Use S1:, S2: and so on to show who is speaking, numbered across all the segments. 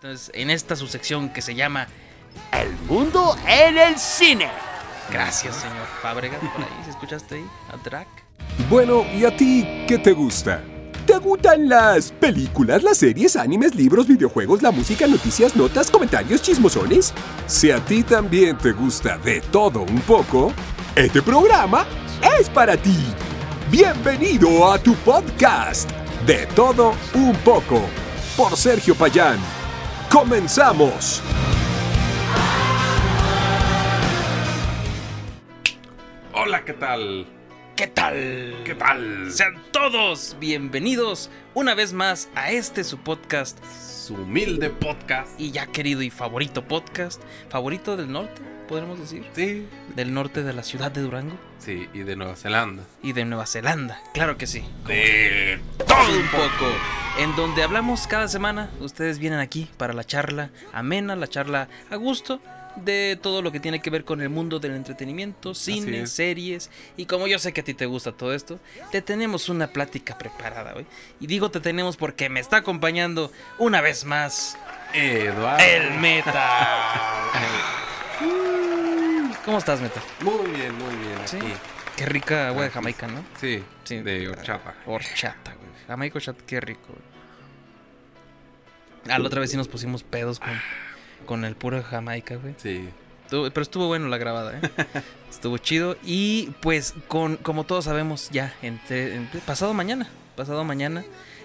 S1: Entonces, en esta su sección que se llama
S2: El mundo en el cine.
S1: Gracias, señor Fábregas, por ahí, si escuchaste ahí, a Drac.
S3: Bueno, ¿y a ti qué te gusta? ¿Te gustan las películas, las series, animes, libros, videojuegos, la música, noticias, notas, comentarios, chismosones? Si a ti también te gusta de todo un poco, este programa es para ti. Bienvenido a tu podcast De todo un poco por Sergio Payán. Comenzamos.
S4: Hola, ¿qué tal?
S1: ¿Qué tal?
S4: ¿Qué tal?
S1: Sean todos bienvenidos una vez más a este su podcast
S4: Su humilde podcast.
S1: y ya querido y favorito podcast, favorito del norte, podremos decir,
S4: Sí,
S1: del norte de la ciudad de Durango
S4: sí, y de Nueva Zelanda.
S1: y de Nueva Zelanda, claro que sí.
S4: De
S1: todo un poco, en donde hablamos cada semana. Ustedes vienen aquí para la charla amena, la charla a gusto de todo lo que tiene que ver con el mundo del entretenimiento, cine,
S4: es.
S1: series. Y como yo sé que a ti te gusta todo esto, te tenemos una plática preparada hoy. Y digo te tenemos porque me está acompañando una vez más
S4: Eduardo. Ah,
S1: el Meta. ¿Cómo estás, Meta?
S4: Muy bien, muy bien.
S1: Sí.
S4: aquí.
S1: Qué rica agua de Jamaica, ¿no?
S4: Sí,
S1: Sí,
S4: de
S1: claro.
S4: horchata.
S1: Horchata, güey. Jamaica horchata, qué rico, güey. Ah, la otra vez sí nos pusimos pedos con, con el puro Jamaica, güey.
S4: Sí.
S1: Estuvo- Pero estuvo bueno la grabada, ¿eh? Estuvo chido. Y pues, con, como todos sabemos, ya, entre, entre- pasado mañana, pasado mañana,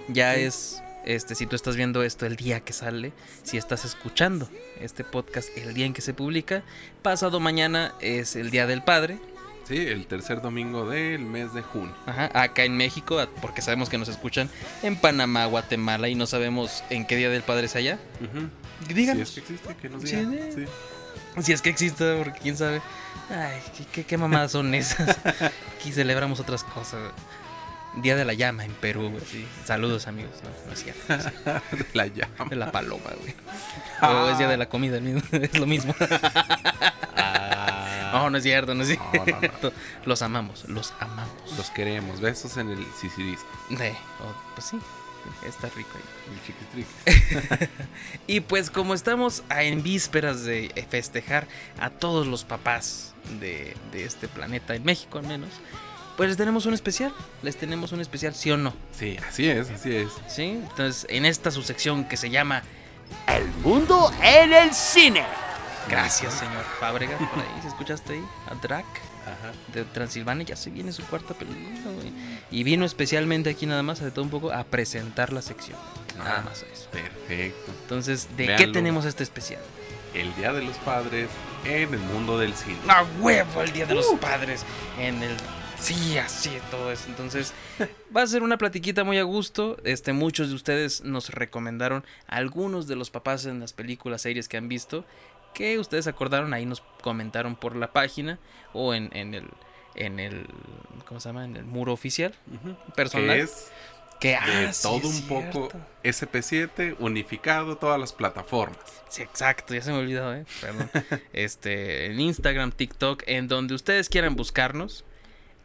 S1: ya es, este, si tú estás viendo esto el día que sale, si estás escuchando este podcast el día en que se publica, pasado mañana es el Día del Padre.
S4: Sí, el tercer domingo del mes de junio.
S1: Ajá, acá en México, a- porque sabemos que nos escuchan en Panamá, Guatemala y no sabemos en qué día del padre es allá.
S4: Ujú. Si
S1: Díganos.
S4: es que existe, que nos
S1: Sí,
S4: digan.
S1: eh.
S4: Sí.
S1: Si es que existe, porque quién sabe. Ay, qué, qué- qué mamadas son esas. Aquí celebramos otras cosas. Día de la llama en Perú, güey. Saludos, amigos. No, no es cierto. no es cierto.
S4: De la llama.
S1: De la paloma, güey. O es día de la comida, el mismo- es lo mismo.
S4: Ah.
S1: No, no es cierto, no es
S4: No, no, no.
S1: cierto. Los amamos, los amamos.
S4: Los queremos. Besos en el sicirismo.
S1: Eh, oh, pues sí, está rico ahí.
S4: El chiquitriqui.
S1: Y pues como estamos a- en vísperas de eh, festejar a todos los papás de, de este planeta, en México al menos, pues les tenemos un especial, les tenemos un especial, sí o no,
S4: Sí, así es, así es.
S1: ¿sí? Entonces en esta su sección que se llama
S2: El mundo en el cine.
S1: Gracias señor Fábregas, por ahí, si escuchaste ahí, a Drac
S4: Ajá.
S1: de Transilvania, ya se viene su cuarta película, güey. Y vino especialmente aquí nada más, de todo un poco, a presentar la sección, nada
S4: Ah.
S1: más a eso.
S4: Perfecto.
S1: Entonces, ¿de qué
S4: Véanlo.
S1: tenemos este especial?
S4: El Día de los Padres en el mundo del cine.
S1: a huevo el Día de
S4: Uh.
S1: los Padres en el sí, así todo eso. Entonces, va a ser una platiquita muy a gusto. Este muchos de ustedes nos recomendaron algunos de los papás en las películas, series que han visto que ustedes acordaron, ahí nos comentaron por la página o en, en el en el ¿cómo se llama? en el muro oficial
S4: Ujú.
S1: personal
S4: Que es
S1: que
S4: de
S1: ah, sí,
S4: todo
S1: es
S4: un poco
S1: cierto.
S4: SP7 unificado todas las plataformas.
S1: Sí, exacto, ya se me olvidó, ¿eh? Perdón. Este, en Instagram, TikTok, en donde ustedes quieran buscarnos,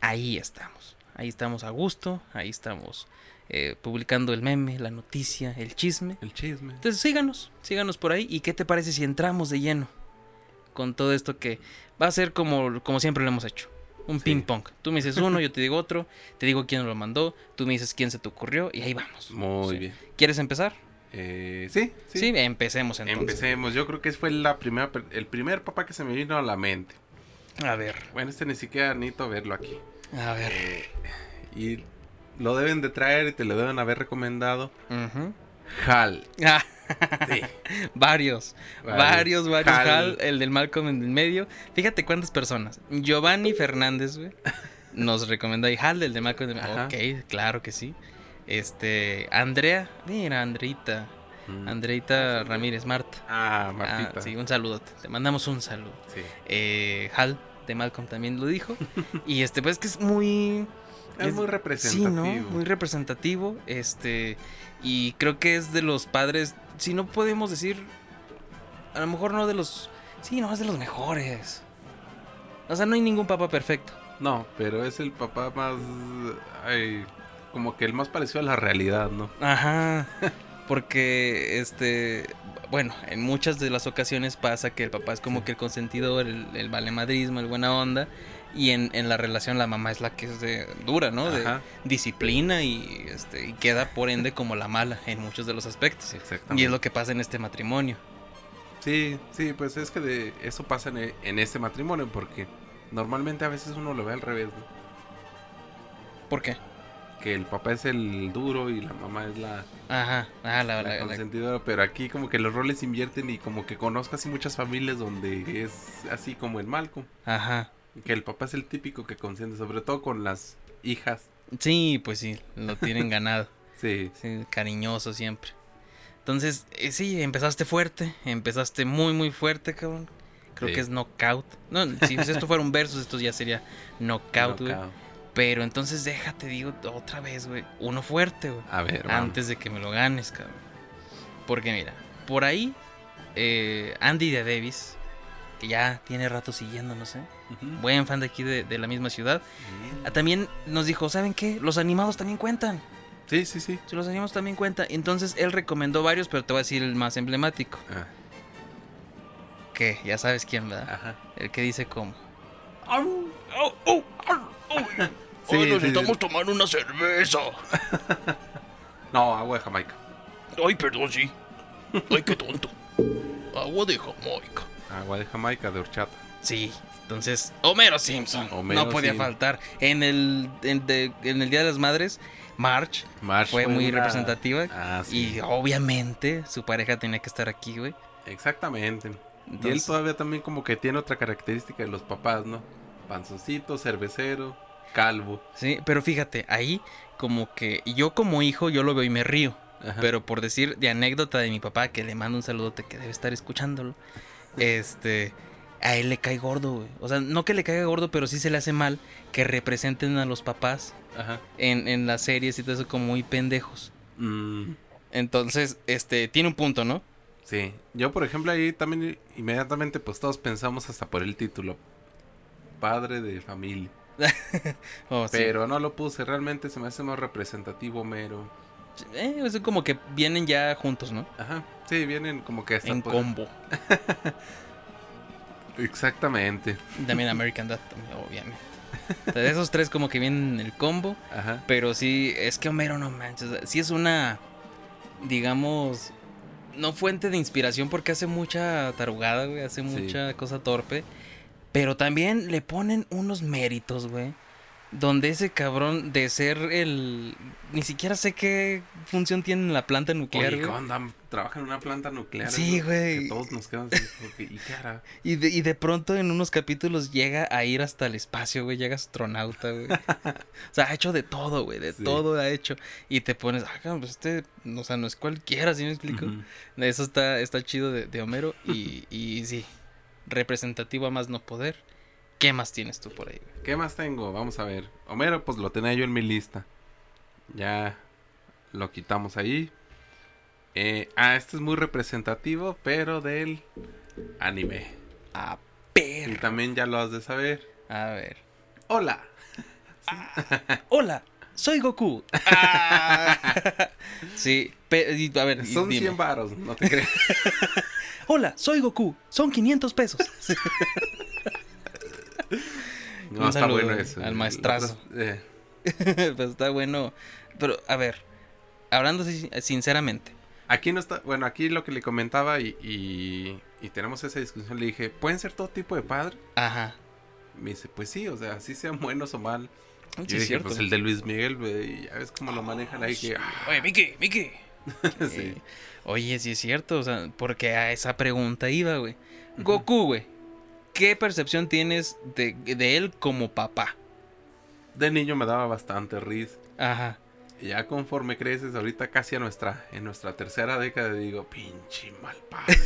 S1: ahí estamos. Ahí estamos a gusto, ahí estamos eh, publicando el meme, la noticia, el chisme.
S4: El chisme.
S1: Entonces síganos, síganos por ahí. ¿Y qué te parece si entramos de lleno con todo esto que va a ser como, como siempre lo hemos hecho? Un
S4: Sí.
S1: ping-pong. Tú me dices uno, yo te digo otro, te digo quién lo mandó, tú me dices quién se te ocurrió y ahí vamos.
S4: Muy
S1: Sí.
S4: bien.
S1: ¿Quieres empezar?
S4: Eh, sí,
S1: Sí,
S4: sí.
S1: empecemos entonces.
S4: Empecemos. Yo creo que fue la primera, per- el primer papá que se me vino a la mente.
S1: A ver,
S4: Bueno, este ni siquiera necesito verlo aquí.
S1: a ver.
S4: Eh, y lo deben de traer y te lo deben haber recomendado.
S1: Ujú.
S4: Hal.
S1: Ah,
S4: Sí.
S1: varios, varios, varios.
S4: Hal.
S1: Hal, el del Malcolm en el medio. Fíjate cuántas personas. Giovanni Fernández, güey, nos recomendó ahí. Hal, el de Malcolm en el
S4: Ajá.
S1: medio. Ok, claro que sí. Este, Andrea, mira, Andreita,
S4: Mm.
S1: Andreita Ramírez, Marta.
S4: Ah,
S1: Ah,
S4: Martita.
S1: sí, un saludote. Te mandamos un saludo.
S4: Sí.
S1: Eh, Hal, de Malcolm también lo dijo. Y este, pues que es muy.
S4: Es muy
S1: Sí,
S4: representativo.
S1: ¿no? Muy representativo. Este. Y creo que es de los padres. Si no podemos decir. A lo mejor no de los. Sí, no, es de los mejores. O sea, no hay ningún papá perfecto.
S4: No, pero es el papá más. ay, como que el más parecido a la realidad, ¿no?
S1: Ajá. Porque, este. bueno, en muchas de las ocasiones pasa que el papá es como que el consentidor, el, el valemadrismo, el buena onda. Y en, en la relación la mamá es la que es de dura, ¿no? De
S4: Ajá.
S1: disciplina y, este, y queda por ende como la mala en muchos de los aspectos.
S4: Exactamente.
S1: Y es lo que pasa en este matrimonio.
S4: Sí, sí, pues es que de eso pasa en, e- en este matrimonio porque normalmente a veces uno lo ve al revés, ¿no?
S1: ¿Por qué?
S4: Que el papá es el duro y la mamá es la,
S1: Ajá, ah, la
S4: la
S1: verdad. la-
S4: consentidora, pero aquí como que los roles invierten y como que conozco así muchas familias donde es así como en Malcolm,
S1: Ajá.
S4: que el papá es el típico que consiente, sobre todo con las hijas.
S1: Sí, pues sí, lo tienen ganado.
S4: Sí,
S1: Sí, cariñoso siempre. Entonces, eh, sí, empezaste fuerte, empezaste muy, muy fuerte, cabrón. Creo
S4: Sí.
S1: que es knockout. No, si esto fuera un versus, esto ya sería knockout, güey.
S4: knockout.
S1: Pero entonces déjate, digo otra vez, güey. Uno fuerte, güey.
S4: A ver, vamos.
S1: Antes de que me lo ganes, cabrón. Porque mira, por ahí, eh, Andy de Davis, que ya tiene rato siguiéndonos, ¿eh?
S4: Ujú.
S1: Buen fan de aquí de- de la misma ciudad.
S4: Bien.
S1: Ah, También nos dijo, ¿saben qué? Los animados también cuentan.
S4: Sí, sí, sí.
S1: Si los animados también cuentan. Entonces él recomendó varios, pero te voy a decir el más emblemático.
S4: Ah,
S1: Que ya sabes quién, ¿verdad?
S4: ajá.
S1: El que dice cómo.
S4: Sí,
S1: Oh,
S4: sí, sí.
S1: tomar una cerveza.
S4: No, agua de Jamaica.
S1: Ay, perdón, sí. Ay, qué tonto. Agua de Jamaica.
S4: Agua de Jamaica de horchata.
S1: Sí, entonces, Homero Simpson.
S4: Homero
S1: no podía
S4: Simpson.
S1: faltar. En el, en de- en el Día de las Madres, March
S4: Marsh
S1: fue muy
S4: una-
S1: representativa.
S4: Ah, sí.
S1: Y obviamente su pareja tenía que estar aquí, güey.
S4: Exactamente. Y él
S1: Entonces-
S4: todavía también como que tiene otra característica de los papás, ¿no? Panzoncito, cervecero, calvo.
S1: Sí, pero fíjate, ahí como que yo como hijo yo lo veo y me río.
S4: Ajá.
S1: Pero por decir de anécdota de mi papá, que le mando un saludote que debe estar escuchándolo, este, a él le cae gordo, güey. O sea, no que le caiga gordo, pero sí se le hace mal que representen a los papás
S4: Ajá.
S1: en, en las series y todo eso como muy pendejos.
S4: Mm,
S1: Entonces, este, tiene un punto, ¿no?
S4: sí. Yo, por ejemplo, ahí también inmediatamente pues todos pensamos hasta por el título. Padre de familia.
S1: O sea,
S4: Pero no lo puse, realmente se me hace más representativo mero.
S1: eh, es como que vienen ya juntos, ¿no?
S4: Ajá. Sí, vienen como que hasta
S1: En
S4: por-
S1: combo.
S4: Exactamente.
S1: También American Dad, también, obviamente. O sea, de esos tres como que vienen en el combo.
S4: Ajá.
S1: Pero sí, es que Homero no manches. Sí es una, digamos, no fuente de inspiración porque hace mucha tarugada, güey. Hace mucha cosa torpe. Pero también le ponen unos méritos, güey. Donde ese cabrón de ser el... Ni siquiera sé qué función tiene en la planta nuclear,
S4: Oye, ¿cómo
S1: güey.
S4: andan? Trabajan en una planta nuclear.
S1: Sí,
S4: ¿no?
S1: güey.
S4: Que todos nos quedamos así, como que, y cara.
S1: Y de, y de pronto en unos capítulos llega a ir hasta el espacio, güey. Llega astronauta, güey. o sea, ha hecho de todo, güey. De
S4: Sí.
S1: todo ha hecho. Y te pones, ah, cabrón, pues este, o sea, no es cualquiera, ¿sí me explico?
S4: Ujú.
S1: Eso está, está chido de, de Homero. Y, y sí, representativo a más no poder. ¿Qué más tienes tú por ahí, güey?
S4: ¿Qué más tengo? Vamos a ver. Homero, pues lo tenía yo en mi lista. Ya lo quitamos ahí. Eh, ah, este es muy representativo, pero del anime.
S1: A
S4: Y
S1: perro.
S4: también ya lo has de saber.
S1: A ver.
S4: Hola.
S1: Hola, soy Goku. Ah. sí, pe- y, a ver. y
S4: Son
S1: dime.
S4: 100 varos, no te creas.
S1: Hola, soy Goku. Son 500 pesos.
S4: No,
S1: Un
S4: está
S1: saludo
S4: bueno eso.
S1: al maestrazo.
S4: Eh,
S1: Pues está bueno. Pero, a ver, hablando así, sinceramente.
S4: Aquí no está, bueno, aquí lo que le comentaba y, y- y tenemos esa discusión, le dije, ¿pueden ser todo tipo de padre?
S1: Ajá.
S4: Me dice, pues sí, o sea, así sean buenos o mal.
S1: Sí,
S4: Yo
S1: es
S4: dije,
S1: cierto.
S4: pues el de Luis Miguel, güey, ya ves cómo lo manejan ahí. que, ah,
S1: Oye, Miki, Miki.
S4: sí.
S1: Eh, Oye, sí es cierto, o sea, porque a esa pregunta iba, güey. Goku, güey, ¿qué percepción tienes de, de él como papá?
S4: De niño me daba bastante risa.
S1: Ajá.
S4: Y Ya conforme creces, ahorita casi a nuestra, en nuestra tercera década, digo, pinche mal padre,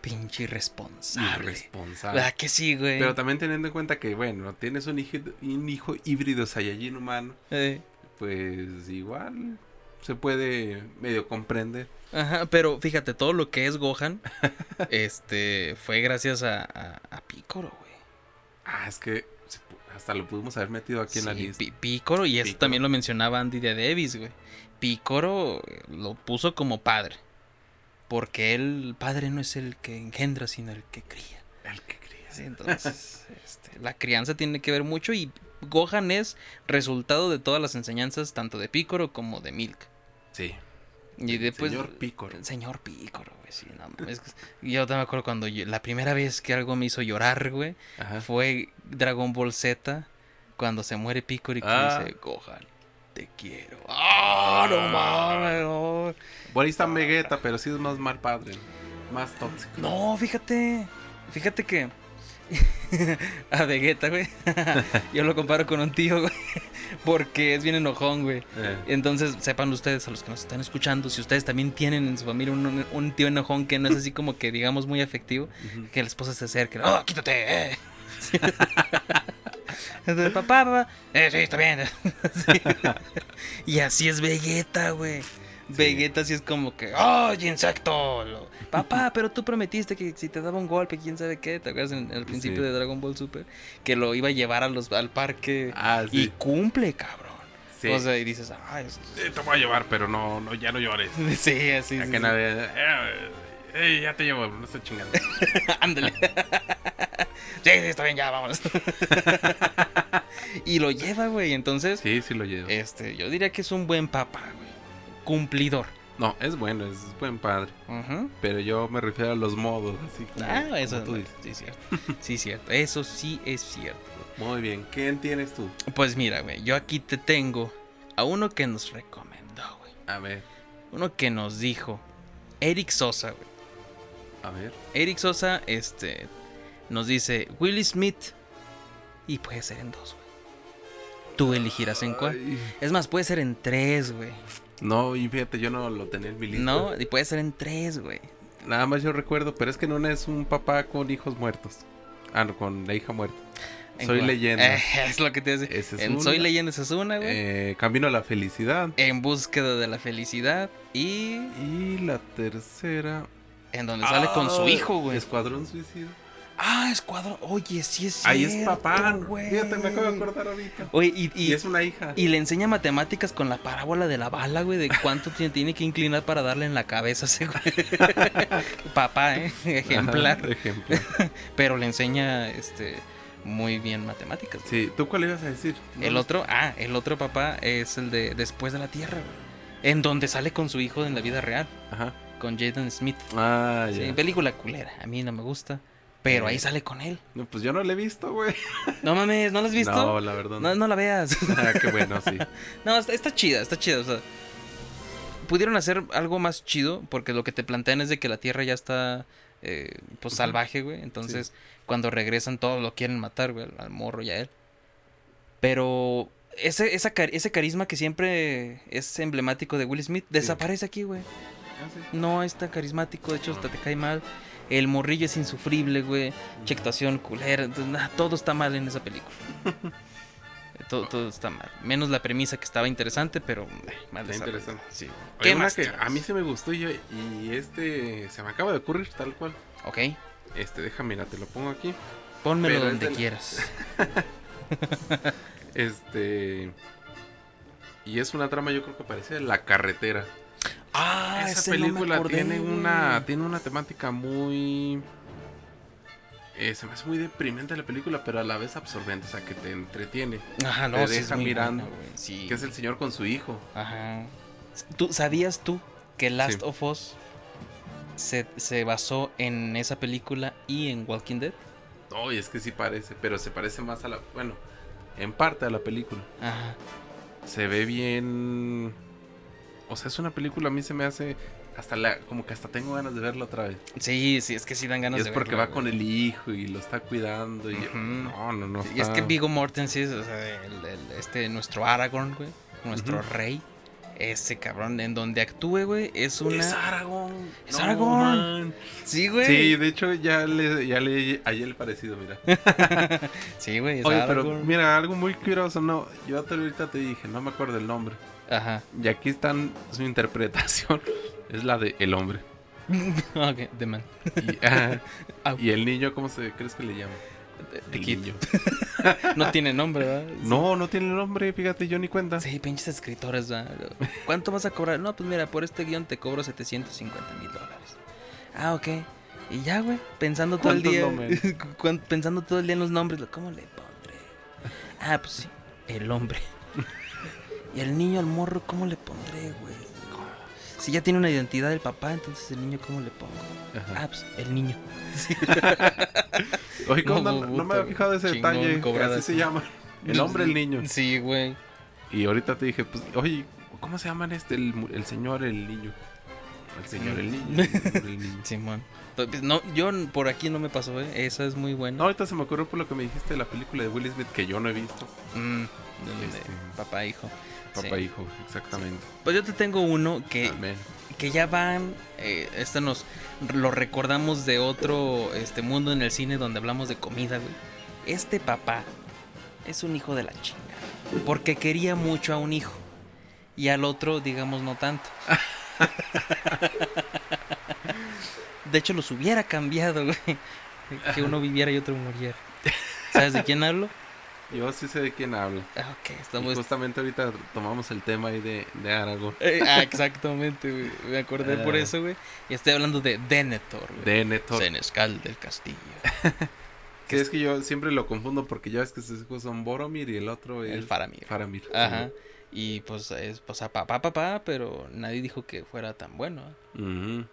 S1: Pinche irresponsable.
S4: irresponsable.
S1: ¿Verdad que sí, güey?
S4: Pero también teniendo en cuenta que, bueno, tienes un hijo, un hijo híbrido Saiyajin humano,
S1: Eh,
S4: pues igual se puede medio comprender.
S1: ajá, pero fíjate, todo lo que es Gohan, este, fue gracias a, a, a Picoro, güey.
S4: Ah, es que se pu- hasta lo pudimos haber metido aquí en la
S1: Sí,
S4: lista.
S1: Pi- Picoro, y eso
S4: Picoro.
S1: también lo mencionaba Andy de Davis, güey. Picoro eh, lo puso como padre. Porque el padre no es el que engendra, sino el que cría.
S4: El que cría.
S1: Sí, entonces, este, la crianza tiene que ver mucho y Gohan es resultado de todas las enseñanzas, tanto de Picoro como de Milk.
S4: Sí.
S1: Y después,
S4: Señor Picoro.
S1: El señor Pícoro, güey, sí, no, mames, es que- yo también me acuerdo cuando yo- la primera vez que algo me hizo llorar, güey,
S4: Ajá.
S1: fue Dragon Ball Z, cuando se muere Picoro y que
S4: Ah.
S1: dice, Gohan, te quiero. ¡Ah, no mames! no!
S4: Por ahí está Vegeta, pero sí es más mal padre. Más tóxico.
S1: No, fíjate. Fíjate que. a Vegeta, güey. Yo lo comparo con un tío, güey. Porque es bien enojón, güey.
S4: Eh,
S1: Entonces, sepan ustedes, a los que nos están escuchando, si ustedes también tienen en su familia un, un tío enojón que no es así como que, digamos, muy afectivo,
S4: ujú.
S1: que la esposa se acerque. ¡Oh, quítate! eh". Sí. Entonces, papá, papá. "Eh, sí, está bien. Sí. Y así es Vegeta, güey. Vegeta sí es como que, ¡oye, insecto! Lo- Papá, pero tú prometiste que si te daba un golpe, quién sabe qué, ¿te acuerdas en, al principio
S4: Sí.
S1: de Dragon Ball Super? Que lo iba a llevar a los, al parque
S4: Ah,
S1: y
S4: sí.
S1: cumple, cabrón.
S4: sí.
S1: O sea, y dices, ah, es-
S4: Eh, te voy a llevar, pero no, no ya no llores.
S1: Sí, así.
S4: Acá
S1: sí,
S4: en
S1: sí.
S4: la de- eh, eh, ya te llevo, no estoy chingando.
S1: Ándale. sí, sí, está bien, ya, vámonos. y lo lleva, güey. Entonces,
S4: Sí, sí lo llevo.
S1: este, yo diría que es un buen papá, güey. Cumplidor.
S4: No, es bueno, es buen padre.
S1: Ujú.
S4: Pero yo me refiero a los modos, así como,
S1: Ah,
S4: como
S1: eso
S4: tú dices.
S1: sí, cierto. Sí, cierto. Eso sí es cierto.
S4: Muy bien, ¿quién tienes tú?
S1: Pues mira, güey, yo aquí te tengo a uno que nos recomendó, güey.
S4: A ver,
S1: Uno que nos dijo, Eric Sosa, güey.
S4: a ver.
S1: Eric Sosa, este, nos dice Willie Smith y puede ser en dos, güey. Tú elegirás en cuál.
S4: Ay,
S1: Es más, puede ser en tres, güey.
S4: No, y fíjate, yo no lo tenía en mi lista.
S1: No, y puede ser en tres, güey.
S4: Nada más yo recuerdo, pero es que en una es un papá con hijos muertos. Ah, no, con la hija muerta.
S1: ¿En
S4: Soy
S1: cuál?
S4: leyenda.
S1: Eh, es lo que te dice.
S4: Esa es
S1: en
S4: una.
S1: Soy leyenda esa es una, güey.
S4: Eh, camino a la felicidad.
S1: En búsqueda de la felicidad y
S4: Y la tercera.
S1: en donde sale con su
S4: Ah,
S1: hijo, güey.
S4: Escuadrón Suicida.
S1: Ah, escuadrón. Oye, sí es cierto,
S4: Ahí es papá.
S1: güey.
S4: Fíjate, me acabo de acordar ahorita.
S1: Oye, y,
S4: Y,
S1: y-
S4: es una hija.
S1: y le enseña matemáticas con la parábola de la bala, güey, de cuánto tiene, tiene que inclinar para darle en la cabeza a ese güey. Papá, ¿eh? ejemplar.
S4: Ajá, ejemplar.
S1: Pero le enseña este muy bien matemáticas. güey.
S4: Sí, ¿tú cuál ibas a decir? No
S1: El
S4: lo-
S1: otro, ah, el otro papá es el de Después de la Tierra, güey, en donde sale con su hijo en la vida real,
S4: Ajá.
S1: con Jaden Smith.
S4: Ah,
S1: Sí,
S4: ya.
S1: película culera, a mí no me gusta, pero ahí sale con él.
S4: No, pues yo no la he visto, güey.
S1: No mames, ¿no la has visto?
S4: No, la verdad.
S1: No, no la veas.
S4: Ah, qué bueno, sí.
S1: No, está, está chida, está chida. O sea, pudieron hacer algo más chido porque lo que te plantean es de que la Tierra ya está eh, pues
S4: Ujú.
S1: salvaje, güey. Entonces, cuando regresan todos lo quieren matar, güey, al, al morro y a él. Pero ese, esa car- ese carisma que siempre es emblemático de Will Smith desaparece aquí, güey.
S4: Ah, sí.
S1: No es tan carismático, de hecho hasta te cae mal. El morrillo es insufrible, güey. Che actuación culera. entonces, nah, todo está mal en esa película. todo, todo está mal. Menos la premisa que estaba interesante, pero eh, mal
S4: Está
S1: desarrollada.
S4: interesante.
S1: Sí.
S4: Oye,
S1: ¿Qué
S4: una
S1: más?
S4: que
S1: tienes?
S4: a mí se me gustó y, yo- y este se me acaba de ocurrir tal cual.
S1: Ok,
S4: Este, déjame, mira, te lo pongo aquí.
S1: pónmelo
S4: Pero es
S1: donde
S4: del-
S1: quieras.
S4: Este. Y es una trama, yo creo que parece la carretera.
S1: Ah,
S4: Esa
S1: ese no me
S4: película
S1: acordé,
S4: tiene
S1: güey.
S4: una. Tiene una temática muy. eh, se me hace muy deprimente la película, pero a la vez absorbente, o sea, que te entretiene.
S1: Ajá, no,
S4: te
S1: sí es
S4: deja
S1: muy
S4: mirando,
S1: buena, güey, sí.
S4: Que es el señor con su hijo.
S1: Ajá. ¿Tú, ¿Sabías tú que Last
S4: Sí.
S1: of Us se, se basó en esa película y en Walking Dead?
S4: No, y es que sí parece, pero se parece más a la. Bueno, en parte a la película.
S1: Ajá.
S4: Se ve bien. O sea, es una película, a mí se me hace. Hasta la, como que hasta tengo ganas de verla otra vez.
S1: Sí, sí, es que sí dan ganas
S4: y es
S1: de
S4: porque
S1: verla,
S4: va con
S1: güey.
S4: el hijo y lo está cuidando. Y
S1: Ujú.
S4: No, no, no.
S1: Y es que
S4: está-
S1: Vigo Mortensen, o sea, el- el- este, nuestro Aragorn, güey, nuestro
S4: Ujú.
S1: rey, ese cabrón, en donde actúe, güey, es una...
S4: Es Aragón.
S1: Es Aragorn.
S4: man.
S1: Sí, güey.
S4: Sí, de hecho ya le, ya le hallé el parecido, mira.
S1: Sí, güey, es
S4: Oye, pero
S1: Aragorn.
S4: mira, algo muy curioso, no. Yo hasta ahorita te dije, no me acuerdo el nombre.
S1: Ajá.
S4: Y aquí están su interpretación. Es la de El hombre.
S1: ok, The Man.
S4: Y, ah,
S1: Au.
S4: y el niño, ¿cómo se crees que le llama?
S1: The- The
S4: El
S1: Kid.
S4: niño.
S1: No tiene nombre, ¿verdad?
S4: No, no tiene nombre, fíjate, yo ni cuenta.
S1: Sí, pinches escritores, ¿verdad? ¿Cuánto vas a cobrar? No, pues mira, por este guión te cobro 750 mil dólares. Ah, ok. Y ya, güey, pensando todo el
S4: ¿Cuántos
S1: día.
S4: nombres?
S1: cuan- pensando todo el día en los nombres. lo- ¿Cómo le pondré? Ah, pues sí, el hombre. y el niño al morro, ¿cómo le pondré, güey? Si ya tiene una identidad el papá, entonces el niño, ¿cómo le pongo?
S4: Ajá.
S1: Ah, pues el niño.
S4: Oye, ¿cómo
S1: No,
S4: no,
S1: puta,
S4: no me había fijado ese
S1: chingón,
S4: detalle. que
S1: cobrada.
S4: Así se llama. El hombre, el niño.
S1: Sí, güey.
S4: Y ahorita te dije, pues, oye, ¿cómo se llaman este? El, mu- el señor, el niño. El señor, el niño. El señor, el niño.
S1: Simón. Pero, pues, No, yo n- por aquí no me pasó, ¿eh? Esa es muy
S4: No,
S1: buena.
S4: ahorita se me ocurrió por lo que me dijiste de la película de Will Smith que yo no he visto.
S1: Mm, de-
S4: Este.
S1: Papá, hijo.
S4: Papá
S1: Sí.
S4: hijo, exactamente.
S1: Pues yo te tengo uno que,
S4: Amén.
S1: que ya van. eh, este nos lo recordamos de otro este mundo en el cine donde hablamos de comida, güey. Este papá es un hijo de la chinga. Porque quería mucho a un hijo. Y al otro, digamos, no tanto. De hecho, los hubiera cambiado, güey. Que uno viviera y otro muriera. ¿Sabes de quién hablo?
S4: Yo sí sé de quién habla.
S1: Ah, ok,
S4: Y
S1: Eh, estamos.
S4: justamente ahorita tomamos el tema ahí de, de Aragorn.
S1: Eh, ah, exactamente, güey. Me acordé por
S4: Ah.
S1: eso, güey. Y estoy hablando de Denethor, güey.
S4: De Neto.
S1: Senescal del Castillo.
S4: Que es que yo siempre lo confundo porque ya ves que sus hijos son Boromir y el otro es
S1: El Faramir.
S4: Faramir.
S1: Ajá.
S4: Sí.
S1: Y pues es pues, a papá, papá, pero nadie dijo que fuera tan bueno. ¿eh?
S4: Ujú.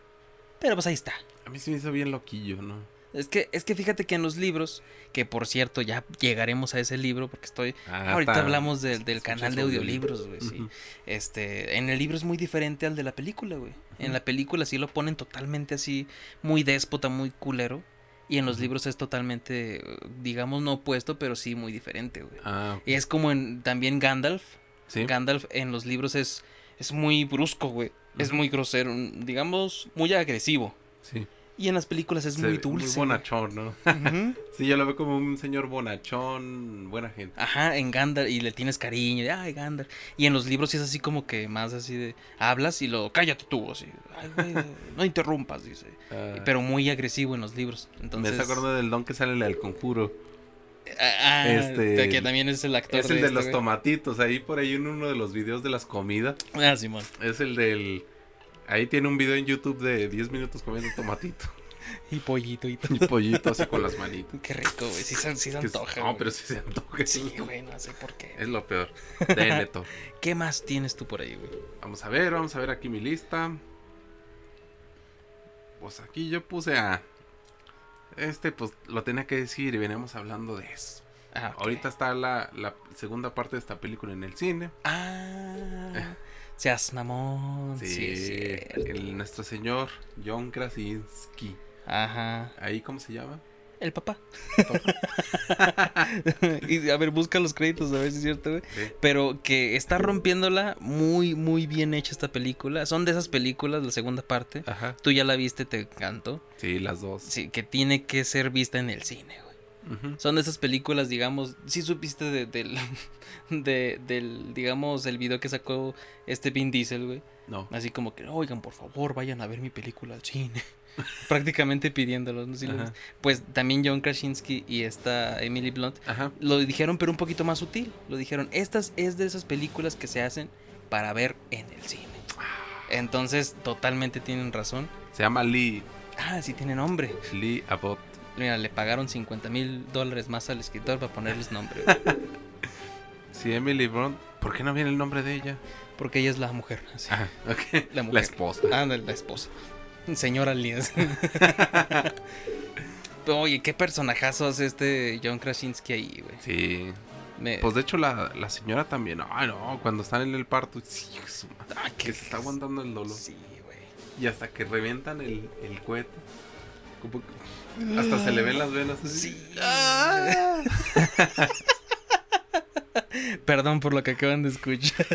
S1: Pero pues ahí está.
S4: A mí se me hizo bien loquillo, ¿no?
S1: Es que, es que fíjate que en los libros, que por cierto ya llegaremos a ese libro porque estoy...
S4: Ah,
S1: Ahorita hablamos del- del
S4: escuchas
S1: canal de
S4: audiolibros.
S1: audiolibros, güey, sí.
S4: Ujú.
S1: Este, en el libro es muy diferente al de la película, güey. En la película sí lo ponen totalmente así, muy déspota, muy culero. Y en los libros es totalmente, eh, digamos, no opuesto, pero sí muy diferente, güey.
S4: Ah,
S1: Y es como en, también Gandalf.
S4: sí.
S1: Gandalf en los libros es, es muy brusco, güey. Es
S4: Ujú.
S1: muy grosero, digamos, muy agresivo.
S4: sí.
S1: Y en las películas es
S4: Se
S1: muy
S4: ve
S1: dulce.
S4: Muy
S1: güey.
S4: bonachón, ¿no?
S1: Ujú.
S4: Sí, yo lo veo como un señor bonachón, buena gente.
S1: Ajá, en Gandalf y le tienes cariño, de, ay, Gandalf. Y en los libros sí es así como que más así de hablas y lo cállate tú, así. "Ay, güey, no interrumpas, dice.
S4: Ah,
S1: Pero muy agresivo en los libros. Entonces,
S4: Me acuerdo del don que sale en el conjuro.
S1: Ah, ah,
S4: este,
S1: de que también es el actor
S4: Es el de,
S1: este,
S4: los
S1: güey.
S4: tomatitos. Ahí por ahí en uno de los videos de las comidas.
S1: Ah, Simón.
S4: Es el del. Ahí tiene un video en YouTube de 10 minutos comiendo tomatito.
S1: Y pollito y todo.
S4: Y pollito así con las manitas.
S1: Qué rico, güey. Sí, se- sí se
S4: Que es-
S1: antoja.
S4: no,
S1: güey.
S4: pero Eh. sí se antoja.
S1: Sí, güey, no sé por qué.
S4: Es lo peor. De neto.
S1: ¿Qué más tienes tú por ahí, güey?
S4: Vamos a ver, vamos a ver aquí mi lista. Pues aquí yo puse a. Este, pues lo tenía que decir y veníamos hablando de eso.
S1: Ah, ok.
S4: Ahorita está la, la segunda parte de esta película en el cine.
S1: Ah, seas mamón. Sí,
S4: Sí,
S1: es cierto.
S4: el, nuestro señor John Krasinski.
S1: Ajá.
S4: ¿Ahí cómo se llama?
S1: El papá. y a ver, busca los créditos, a ver si es cierto, güey.
S4: Sí.
S1: Pero que está rompiéndola muy, muy bien hecha esta película. Son de esas películas, la segunda parte.
S4: Ajá.
S1: Tú ya la viste, te encantó.
S4: Sí, las dos.
S1: Sí, que tiene que ser vista en el cine, güey.
S4: Ujú.
S1: Son de esas películas, digamos, si supiste de- del, de- del, digamos, el video que sacó este Vin Diesel, güey.
S4: No.
S1: Así como que, oigan, por favor, vayan a ver mi película al cine. Prácticamente pidiéndolo, ¿no? Sí lo
S4: Ajá.
S1: viste. Pues también John Krasinski y esta Emily Blunt
S4: Ajá.
S1: lo dijeron, pero un poquito más sutil. Lo dijeron, estas es de esas películas que se hacen para ver en el cine. Entonces, totalmente tienen razón.
S4: Se llama Lee.
S1: Ah, sí tiene nombre.
S4: Lee Abbott.
S1: Mira, le pagaron 50 mil dólares más al escritor para ponerles nombre. güey.
S4: Sí, Emily Blunt. ¿Por qué no viene el nombre de ella?
S1: Porque ella es la mujer. así.
S4: Ah, ok.
S1: La
S4: La,
S1: mujer. Ah.
S4: esposa.
S1: Ándale, la esposa. Señora Liz. Oye, qué personajazo hace este John Krasinski ahí, güey.
S4: Sí.
S1: Me-
S4: Pues de hecho la, la señora también. Ah, no, cuando están en el parto. sí, su madre,
S1: Ay, qué-
S4: que se está aguantando el dolor.
S1: Ah, Sí, güey.
S4: Y hasta que revientan el, el cohete. como que- hasta se le ven las venas. así.
S1: Sí.
S4: Ah.
S1: Perdón por lo que acaban de escuchar.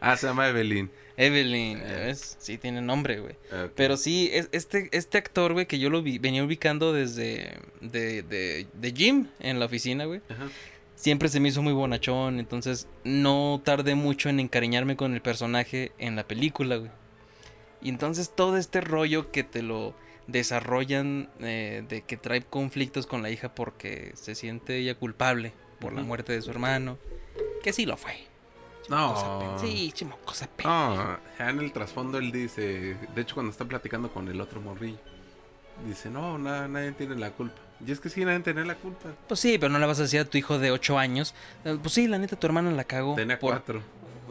S4: Ah, se llama Evelyn.
S1: Evelyn, ¿ya
S4: Eh.
S1: ves? Sí, tiene nombre, güey.
S4: Ok.
S1: Pero sí, es- este, este actor, güey, que yo lo vi- venía ubicando desde de, de, de Jim en la oficina, güey.
S4: Ajá.
S1: siempre se me hizo muy bonachón, entonces no tardé mucho en encariñarme con el personaje en la película, güey. Y entonces todo este rollo que te lo desarrollan eh, de que trae conflictos con la hija porque se siente ella culpable por la
S4: Ujú.
S1: muerte de su hermano, que sí lo fue.
S4: No.
S1: Sí, chimo, cosa pe-
S4: No, ya en el trasfondo él dice, de hecho cuando está platicando con el otro morrillo, dice, no, na- nadie tiene la culpa. Y es que sí, nadie tiene la culpa.
S1: Pues sí, pero no le vas a decir a tu hijo de 8 años. eh, Pues sí, la neta, tu hermana la cagó.
S4: Tenía
S1: por-
S4: cuatro.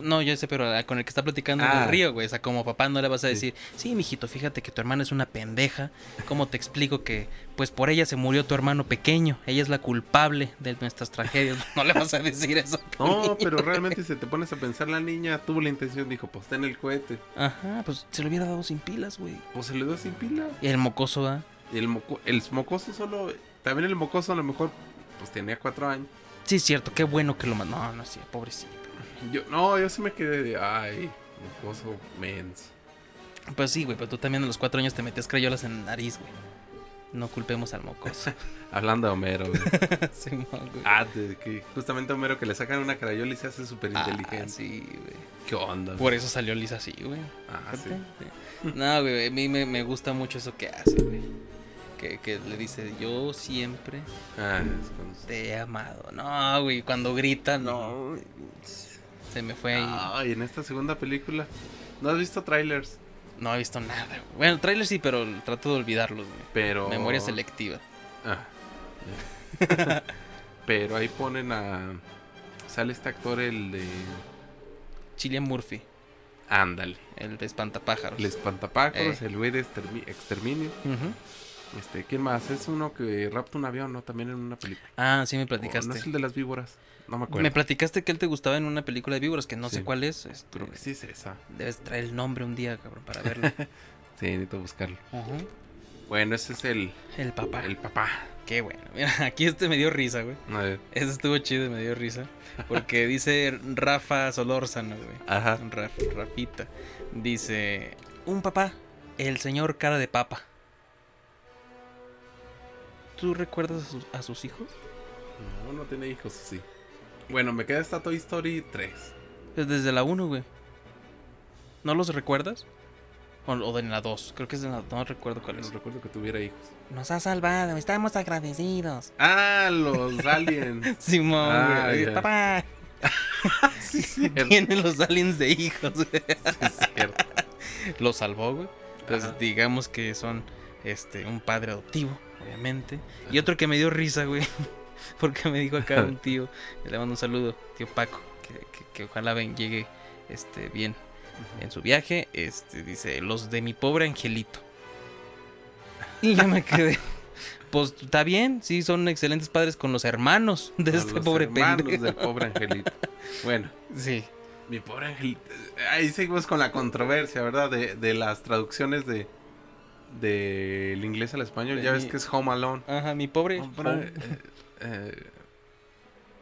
S1: No, yo sé, pero con el que está platicando en
S4: Ah.
S1: el río, güey. O sea, como papá no le vas a
S4: Sí.
S1: decir, sí, mijito, fíjate que tu hermana es una pendeja. ¿Cómo te explico que, pues por ella se murió tu hermano pequeño? Ella es la culpable de nuestras tragedias. No le vas a decir eso. a tu
S4: No,
S1: niño.
S4: pero realmente si te pones a pensar, la niña tuvo la intención, dijo, pues ten el cohete.
S1: Ajá, pues se lo hubiera dado sin pilas, güey.
S4: Pues se le dio sin pila.
S1: Y el mocoso ¿ah? va.
S4: Y el, moco- el mocoso solo, también el mocoso a lo mejor, pues tenía cuatro años.
S1: Sí, es cierto, qué bueno que lo mandó. No, no, sí, pobrecito.
S4: Yo, no, yo sí me quedé de, ay, mocoso mens.
S1: Pues sí, güey, pero tú también a los cuatro años te metías crayolas en la nariz, güey. No culpemos al mocoso.
S4: Hablando de Homero, güey.
S1: Simón, güey.
S4: Ah, de que justamente a Homero que le sacan una crayola y se hace súper
S1: Ah,
S4: inteligente.
S1: sí, güey.
S4: ¿Qué onda?
S1: Por eso salió Lisa así, güey.
S4: Ah, sí.
S1: Sí. No, güey, a mí me, me gusta mucho eso que hace, güey. Que, que le dice, yo siempre
S4: Ah, es con su-
S1: te he amado. No, güey, cuando grita, no. güey. Se me fue ahí.
S4: Ay, en esta segunda película. ¿No has visto trailers?
S1: No he visto nada. güey. Bueno, trailer sí, pero trato de olvidarlos, güey.
S4: Pero.
S1: Memoria selectiva.
S4: Ah. pero ahí ponen a. Sale este actor, el de.
S1: Chilean Murphy,
S4: Ándale.
S1: el de espantapájaros.
S4: El espantapájaros,
S1: Eh.
S4: el güey de extermi- exterminio.
S1: Ujú.
S4: Este, ¿quién más? Es uno que rapta un avión, ¿no? También en una película.
S1: Ah, sí, me
S4: ¿No
S1: platicaste.
S4: es el de las víboras? No me acuerdo.
S1: me platicaste que él te gustaba en una película de víboras que no sé
S4: Sí.
S1: cuál es. este,
S4: Creo que sí es esa.
S1: Debes traer el nombre un día, cabrón, para verlo.
S4: Sí, necesito buscarlo.
S1: Ujú.
S4: Bueno, ese es el,
S1: El papá.
S4: el papá.
S1: Qué bueno. Mira, aquí este me dio risa, güey.
S4: A ver.
S1: Eso estuvo chido y me dio risa. Porque dice Rafa Solórzano, güey.
S4: Ajá.
S1: Raf- Rafita. Dice: Un papá, el señor cara de papa. ¿Tú recuerdas a, sus- a sus hijos?
S4: No, no tiene hijos, sí. Bueno, me queda esta Toy Story 3.
S1: Pues Desde la 1, güey. ¿No los recuerdas? O, o de la 2. Creo que es de la No recuerdo cuál
S4: No
S1: es.
S4: recuerdo que tuviera hijos.
S1: Nos ha salvado. Estamos agradecidos.
S4: Ah, los aliens.
S1: Simón,
S4: Ah,
S1: güey.
S4: ya.
S1: Papá.
S4: sí, sí.
S1: Tienen los aliens de hijos, güey.
S4: es cierto. Ah,
S1: lo salvó, güey. Entonces,
S4: Ajá.
S1: Pues, digamos que son este un padre adoptivo, obviamente. Y otro que me dio risa, güey. Porque me dijo acá un tío, le mando un saludo, tío Paco, que, que- que ojalá ven, llegue este, bien en su viaje. Este dice, los de mi pobre angelito. Y yo me quedé. Pues está bien, sí, son excelentes padres con los hermanos de
S4: Con
S1: este
S4: los
S1: pobre
S4: hermanos
S1: pendejo.
S4: del pobre angelito. Bueno,
S1: Sí.
S4: mi pobre angelito. Ahí seguimos con la controversia, ¿verdad? De, de las traducciones de del inglés al español.
S1: De
S4: ya ves
S1: mi-
S4: que es Home Alone.
S1: Ajá, mi pobre.
S4: Hombre, eh, eh,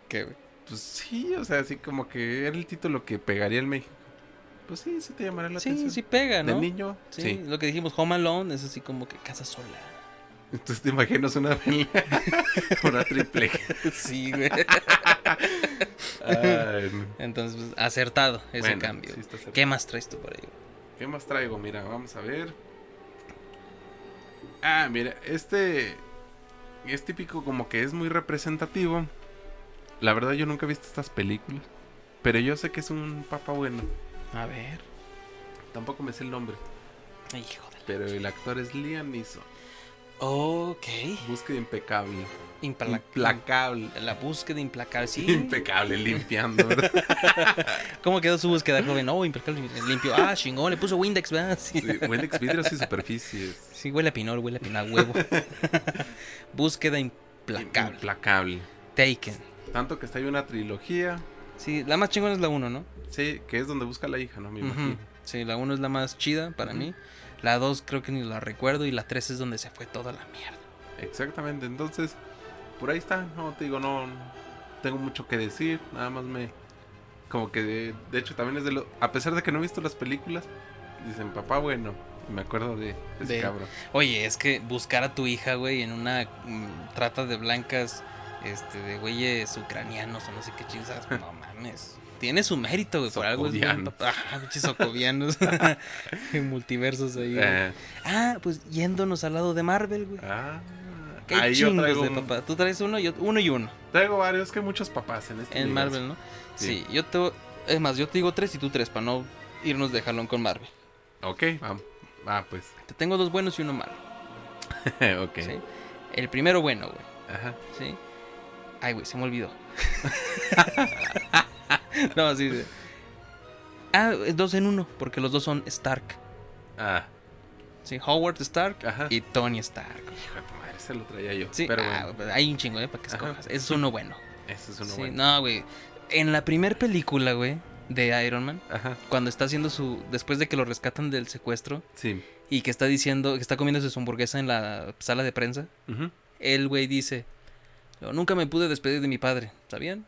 S1: ¿Qué, güey?
S4: pues sí, o sea, así como que era el título que pegaría en México. Pues sí, sí te llamaría la
S1: Sí,
S4: atención.
S1: sí pega,
S4: ¿De
S1: ¿no?
S4: niño?
S1: Sí,
S4: sí.
S1: lo que dijimos, Home Alone es así como que casa sola.
S4: Entonces te imaginas una pelea, una triple.
S1: Sí, güey.
S4: Ay, no.
S1: Entonces, pues, acertado ese
S4: Bueno,
S1: cambio.
S4: sí está cerca.
S1: ¿Qué más traes tú por ahí?
S4: ¿Qué más traigo? Mira, vamos a ver. Ah, mira, este es típico como que es muy representativo. La verdad yo nunca he visto estas películas, pero yo sé que es un papá bueno.
S1: A ver.
S4: Tampoco me sé el nombre,
S1: Hijo de la...
S4: pero el actor es Liam Neeson.
S1: Ok.
S4: Búsqueda impecable,
S1: Impala-
S4: implacable,
S1: La búsqueda implacable. Sí.
S4: impecable, limpiando, ¿verdad?
S1: ¿Cómo quedó su búsqueda, joven? Oh, implacable. Limpio. Ah, chingón. Le puso Windex, ¿verdad? Sí.
S4: Sí, huele vidrios y superficies.
S1: Sí, huele a pinol, huele a pinol, a huevo. búsqueda implacable.
S4: Implacable.
S1: Taken.
S4: Tanto que está ahí una trilogía.
S1: Sí, la más chingona es la 1, ¿no?
S4: Sí, que es donde busca la hija, ¿no? Me
S1: Ujú.
S4: imagino.
S1: Sí, la 1 es la más chida para mí. La 2 creo que ni la recuerdo. Y la 3 es donde se fue toda la mierda.
S4: Exactamente. Entonces, por ahí está. No, te digo, no tengo mucho que decir. Nada más me. Como que de, de hecho también es de lo. A pesar de que no he visto las películas, dicen papá bueno. y me acuerdo de, de ese
S1: De-
S4: cabrón.
S1: Oye, es que buscar a tu hija, güey, en una mm, trata de blancas, este, de güeyes ucranianos o no sé qué chingadas, no mames. Tiene su mérito, güey, por algo es bien
S4: Socovianos.
S1: papá. Ah, pinches socovianos. Multiversos ahí. güey.
S4: Eh,
S1: Ah, pues yéndonos al lado de Marvel, güey.
S4: ah,
S1: Qué
S4: ahí yo
S1: chingos
S4: traigo,
S1: de
S4: un-
S1: papá. Tú traes uno y ot- uno y uno
S4: traigo varios que hay muchos papás en este
S1: en
S4: universo.
S1: Marvel, ¿no? Sí, yo te Es más, yo te digo tres y tú tres, para no irnos de jalón con Marvel.
S4: Ok, vamos. Ah, pues.
S1: Te tengo dos buenos y uno malo.
S4: ok.
S1: ¿sí? El primero bueno, güey.
S4: Ajá.
S1: ¿sí? Ay, güey, se me olvidó. no, sí, sí. Ah, es dos en uno, porque los dos son Stark.
S4: Ah,
S1: Sí, Howard Stark
S4: Ajá.
S1: y Tony Stark.
S4: hijo de tu madre, se lo traía yo.
S1: Sí,
S4: pero
S1: ah,
S4: bueno,
S1: hay un chingo, ¿eh? Para que
S4: Ajá.
S1: escojas. Es uno bueno.
S4: ese es uno
S1: Sí,
S4: bueno.
S1: No, güey. En la primera película, güey, de Iron Man,
S4: Ajá,
S1: cuando está haciendo su. Después de que lo rescatan del secuestro
S4: sí.
S1: y que está diciendo. Que está comiéndose su hamburguesa en la sala de prensa.
S4: Ujú.
S1: El güey dice, nunca me pude despedir de mi padre, ¿sabían?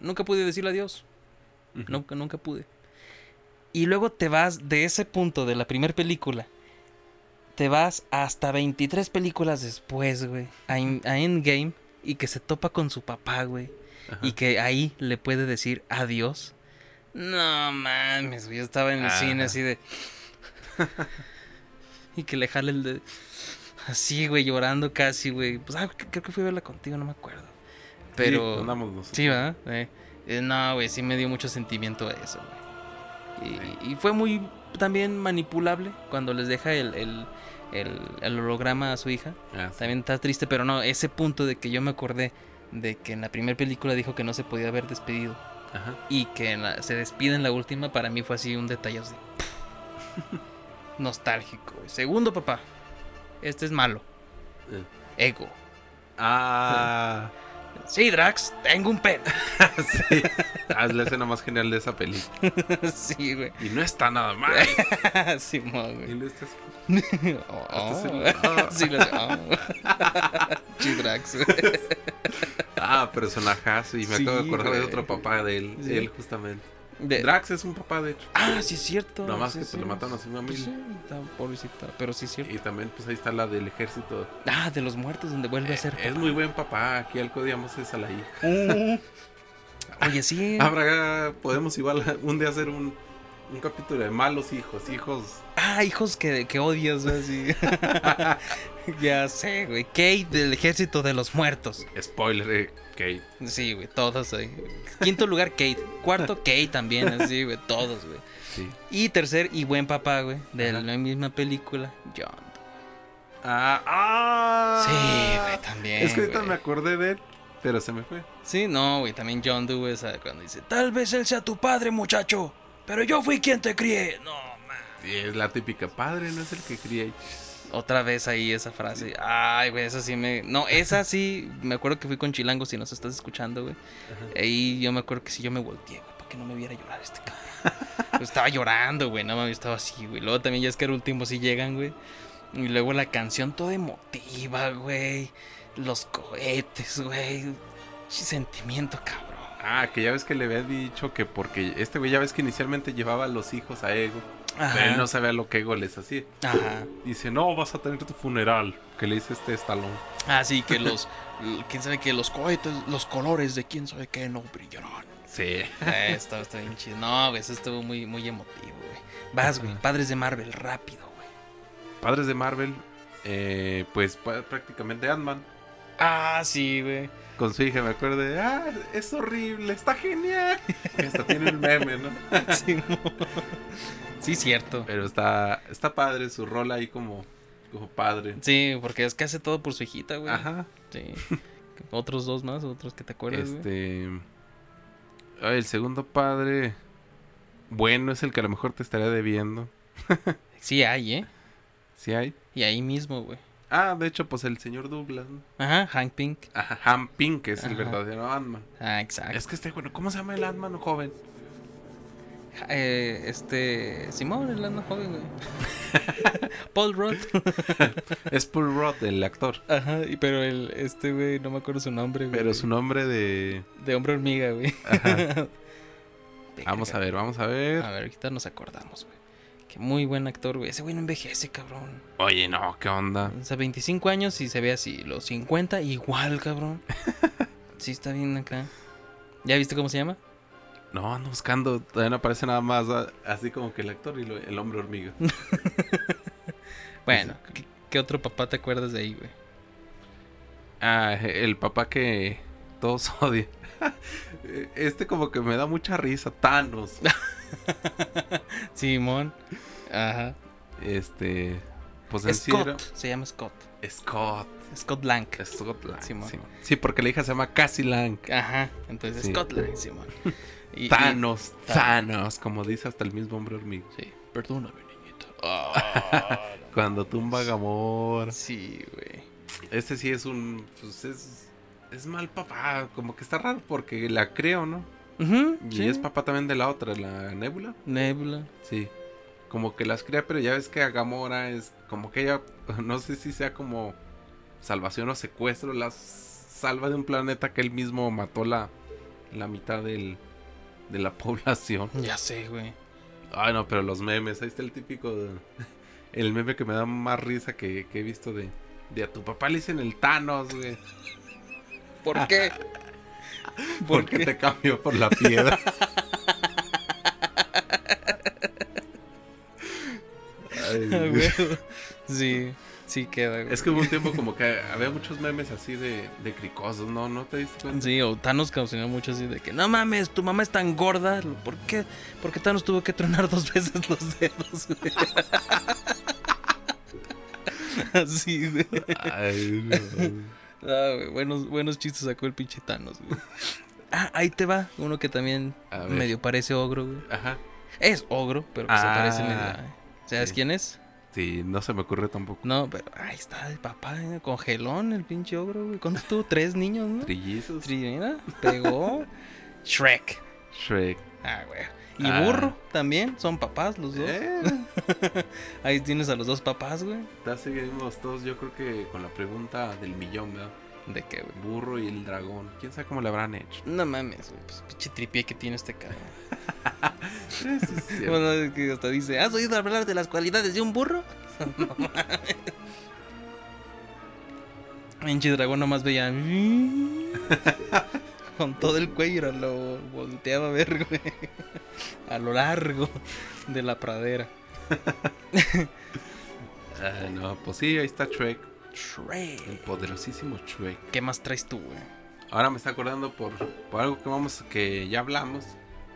S1: Nunca pude decirle adiós,
S4: Ujú.
S1: nunca, nunca pude. Y luego te vas de ese punto de la primera película, te vas hasta 23 películas después, güey, a, en- a Endgame y que se topa con su papá, güey,
S4: Ajá.
S1: y que ahí le puede decir adiós. No mames, güey, yo estaba en el
S4: Ajá.
S1: cine así de... y que le jale el de... Así, güey, llorando casi, güey. Pues ah, cre- creo que fui a verla contigo, no me acuerdo.
S4: Sí,
S1: Pero.
S4: andamos nosotros.
S1: Sí, ¿verdad? Eh, eh, no, güey, sí me dio mucho sentimiento a eso, güey. Y- Y, y fue muy también manipulable cuando les deja el, el, el, el holograma a su hija.
S4: Ah, sí.
S1: También está triste, pero no, ese punto de que yo me acordé de que en la primera película dijo que no se podía haber despedido
S4: Ajá.
S1: y que en la- se despide en la última, para mí fue así un detalle así. nostálgico. güey. Segundo, papá. Este es malo.
S4: Eh.
S1: Ego.
S4: Ah,
S1: Sí, Drax, tengo un pene.
S4: sí. Ah, es la escena más genial de esa película.
S1: sí, güey.
S4: Y no está nada mal.
S1: Simón,
S4: Y
S1: güey.
S4: no estás-
S1: Oh,
S4: Hasta
S1: oh.
S4: se- ah.
S1: sí, lo sé. Oh. Sí, Drax, güey.
S4: Ah, personajazo. Y me
S1: Sí,
S4: acabo de acordar de
S1: güey.
S4: otro papá de él.
S1: Sí.
S4: Él, justamente.
S1: De-
S4: Drax es un papá, de hecho.
S1: Ah, sí, es cierto.
S4: Nomás
S1: sí,
S4: que
S1: sí.
S4: se lo mataron a su mamá.
S1: Pues sí, está pobrecita, pero sí es cierto.
S4: Y también, pues ahí está la del ejército.
S1: Ah, de los muertos, donde vuelve a ser.
S4: Es muy buen papá. Aquí al que odiamos es a la hija.
S1: Oye, sí.
S4: ah, Habrá, podemos igual un día hacer un, un capítulo de malos hijos, hijos.
S1: Ah, hijos que, que odias, güey, así. ya sé, güey. Kate del ejército de los muertos.
S4: Spoiler, eh, Kate.
S1: Sí, güey, todos ahí. Quinto lugar, Kate. Cuarto, Kate también, así, güey, todos, güey.
S4: Sí.
S1: Y tercer y buen papá, güey, de
S4: Ajá.
S1: la misma película, John.
S4: Ah, ah.
S1: Sí, güey, también.
S4: Es que ahorita
S1: güey.
S4: me acordé de él, pero se me fue.
S1: Sí, no, güey, también John Doe, güey, sabe, cuando dice, tal vez él sea tu padre, muchacho, pero yo fui quien te crié. No, man.
S4: Sí, es la típica padre, no es el que cría.
S1: Otra vez ahí esa frase. Ay, güey, esa sí me. No, esa sí. Me acuerdo que fui con Chilango, si nos estás escuchando, güey. Ahí yo me acuerdo que si yo me volteé, güey, para que no me viera llorar este cabrón. Yo estaba llorando, güey, no mames, estaba así, güey. Luego también ya es que el último sí llegan, güey. Y luego la canción toda emotiva, güey. Los cohetes, güey. Chi- Sentimiento, cabrón.
S4: Ah, que ya ves que le había dicho que porque este güey ya ves que inicialmente llevaba a los hijos a Ego, pero él no sabía lo que Ego les hacía.
S1: Ajá.
S4: Dice, no, vas a tener tu funeral, que le dice este estalón.
S1: Así Ah, que los. ¿Quién sabe que Los cohetes, los colores de quién sabe qué no brillarán.
S4: Sí.
S1: Eh, Estaba, estaba bien chido. No, güey, eso estuvo muy, muy emotivo, güey. Vas, güey, padres de Marvel, rápido, güey.
S4: Padres de Marvel, eh, pues pa- prácticamente Ant-Man.
S1: Ah, sí, güey.
S4: Con su hija me acuerdo de, ah, es horrible, está genial. Hasta tiene un meme, ¿no?
S1: Sí, mo- sí, cierto.
S4: Pero está, está padre su rol ahí como, como padre.
S1: Sí, porque es que hace todo por su hijita, güey.
S4: Ajá.
S1: Sí. Otros dos más, otros que te acuerdas, güey.
S4: Este. ay, el segundo padre. Bueno, es el que a lo mejor te estaría debiendo.
S1: Sí hay, ¿eh?
S4: Si hay.
S1: Y ahí mismo, güey.
S4: Ah, de hecho, pues el señor Douglas. ¿no?
S1: Ajá, Hank Pink.
S4: Ajá, Hank Pym, que es el
S1: Ajá.
S4: verdadero Ant-Man.
S1: Ah, exacto.
S4: Es que este, bueno, ¿cómo se llama el Ant-Man joven?
S1: Ja- eh, este. Simón, el ando joven, güey. Paul Rudd.
S4: Es Paul Rudd, el actor.
S1: Ajá, y- pero el, este, güey, no me acuerdo su nombre, güey.
S4: Pero su nombre de.
S1: De hombre hormiga, güey.
S4: Ajá. Vamos a ver, vamos a
S1: A
S4: ver.
S1: ver, ahorita nos acordamos, güey. Que muy buen actor, güey. Ese güey no envejece, cabrón.
S4: Oye, no, ¿qué onda?
S1: O sea, 25 años y se ve así. Los 50 igual, cabrón. Sí, está bien acá. ¿Ya viste cómo se llama?
S4: No, ando buscando. Todavía no aparece nada más ah, así como que el actor y lo- el hombre hormiga.
S1: Bueno, ¿qué, qué otro papá te acuerdas de ahí, güey?
S4: Ah, el papá que. todos odian. Este como que me da mucha risa, Thanos.
S1: Simón. Ajá.
S4: Este, pues en sí era-
S1: Scott. Se llama Scott.
S4: Scott.
S1: Scott Lang.
S4: Scott Lang,
S1: Simón.
S4: Simón. Sí, porque la hija se llama Cassie Lang.
S1: Ajá. Entonces
S4: Sí.
S1: Scott Lang, Simón. Y- y-
S4: Thanos, Thanos, como dice hasta el mismo hombre hormiga.
S1: Sí. Perdóname, niñito. Ah.
S4: Cuando tumba Gamora.
S1: sí, güey.
S4: Este sí es un. Pues es. Es mal papá. Como que está raro porque la creo, ¿no?
S1: Ujú,
S4: Y
S1: sí.
S4: es papá también de la otra, la Nebula.
S1: Nebula.
S4: Sí. Como que las crea, pero ya ves que a Gamora es como que ella. No sé si sea como salvación o secuestro. La salva de un planeta que él mismo mató la, la mitad del, de la población.
S1: Ya sé, güey.
S4: Ay, no, pero los memes. Ahí está el típico. de- el meme que me da más risa que, que he visto de. De a tu papá le dicen el Thanos, güey.
S1: ¿Por qué? ¿Por
S4: Porque
S1: qué?
S4: te cambió por la piedra. Ay,
S1: Ah,
S4: güey.
S1: güey. sí, sí queda, güey.
S4: es que hubo un tiempo como que había muchos memes así de, de cricosos, ¿no? ¿No te diste cuenta?
S1: Sí, o Thanos causó mucho así de que no mames, tu mamá es tan gorda. ¿Por qué, por qué Thanos tuvo que tronar dos veces los dedos, güey? Así, güey.
S4: Ay, no.
S1: Ah, güey, Buenos, buenos chistes sacó el pinche Thanos, güey. Ah, ahí te va. Uno que también
S4: A ver.
S1: medio parece ogro, güey.
S4: Ajá.
S1: Es ogro, pero que se
S4: Ah,
S1: parece medio. a- ¿Sabes
S4: sí.
S1: quién es?
S4: Sí, no se me ocurre tampoco.
S1: No, pero ahí está el papá, eh, congelón, el pinche ogro, güey. ¿Cuántos tuvo? Tres niños, ¿no?
S4: Trillizos.
S1: Tri- mira, pegó. Shrek.
S4: Shrek.
S1: Ah, güey. Y
S4: Ah.
S1: burro también, son papás los dos.
S4: Eh,
S1: Ahí tienes a los dos papás, güey.
S4: ya seguimos todos, yo creo que con la pregunta del millón, ¿verdad?
S1: ¿De qué, güey?
S4: Burro y el dragón. ¿Quién sabe cómo le habrán hecho?
S1: No mames, güey. Pues pinche tripié que tiene este cabrón.
S4: Sí, sí, es cierto.
S1: Bueno, es que hasta dice, ¿has oído hablar de las cualidades de un burro? no mames. Pinche dragón nomás veía. "Mm, Con todo el cuello lo volteaba a ver, güey. A lo largo de la pradera.
S4: Ah, no, pues sí, ahí está Shrek. El
S1: Shrek.
S4: poderosísimo Shrek.
S1: ¿Qué más traes tú, güey?
S4: Ahora me está acordando por, por algo que vamos que ya hablamos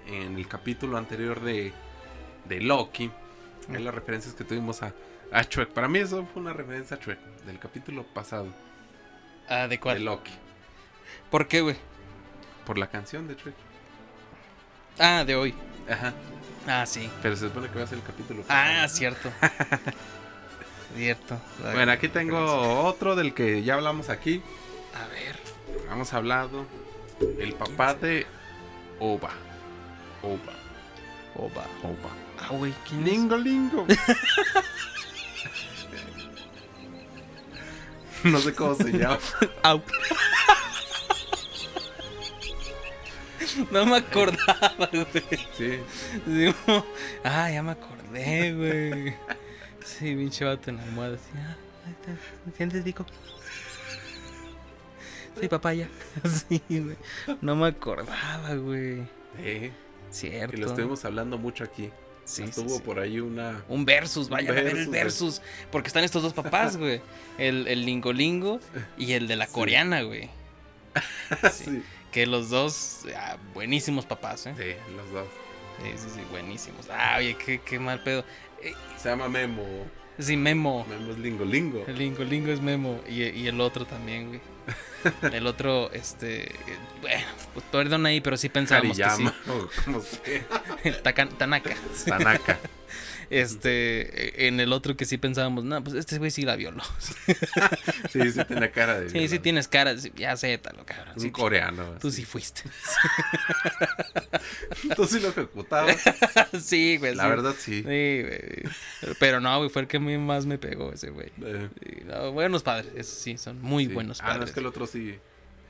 S4: en el capítulo anterior de, de Loki.
S1: Mm.
S4: En las referencias que tuvimos a, a Shrek. Para mí eso fue una referencia a Shrek del capítulo pasado
S1: Ah, ¿de
S4: de
S1: cuál?
S4: Loki.
S1: ¿Por qué, güey?
S4: Por la canción de Shrek.
S1: Ah, de hoy.
S4: Ajá.
S1: Ah, sí.
S4: Pero se supone que va a ser el capítulo.
S1: Ah,
S4: pasado.
S1: cierto. cierto.
S4: Bueno, aquí tengo otro del que ya hablamos aquí.
S1: A ver.
S4: Hemos hablado. El papá de Oba. Oba.
S1: Oba.
S4: Oba.
S1: Ah, güey, ¿quién es?
S4: Lingo, lingo. no sé cómo se llama.
S1: Au. No me acordaba, güey.
S4: Sí.
S1: Sí, mo- Ah, ya me acordé, güey. Sí, pinche vato en la almohada. Así, ah, ahí está. ¿Me entiendes, Dico? Soy papaya. Sí, güey. No me acordaba, güey.
S4: Eh,
S1: Cierto.
S4: que lo estuvimos hablando mucho aquí.
S1: Sí, sí,
S4: Estuvo
S1: sí.
S4: por ahí una.
S1: Un versus, vayan a ver el
S4: versus,
S1: versus. Porque están estos dos papás, güey. El, el lingolingo y el de la coreana, güey. Sí.
S4: Sí.
S1: Que los dos, ah, buenísimos papás, ¿eh?
S4: Sí, los dos.
S1: Sí, sí, sí, buenísimos. Ah, oye, qué, qué mal pedo.
S4: Se llama Memo.
S1: Sí, Memo.
S4: Memo es lingo, lingo.
S1: El lingolingo es Memo. Y, y el otro también, güey. El otro, este. eh, Bueno, pues perdón ahí, pero sí pensábamos que sí.
S4: Hariyama. o como sea.
S1: El Takan- Tanaka.
S4: Tanaka.
S1: Este. eh, En el otro que sí pensábamos, no, pues este güey sí la violó.
S4: Sí, sí, tiene cara de.
S1: Sí, sí tienes cara, sí, ya sé, talo, cabrón.
S4: Es
S1: sí,
S4: un coreano.
S1: tú
S4: así.
S1: sí fuiste.
S4: Tú sí lo ejecutabas.
S1: sí, güey.
S4: La
S1: sí.
S4: verdad,
S1: Sí,
S4: sí.
S1: güey. Pero no, güey, fue el que a mí más me pegó ese, güey.
S4: Eh,
S1: Sí, no, buenos padres, eso sí, son muy
S4: sí.
S1: buenos
S4: Ah,
S1: padres.
S4: no, es que el otro sí.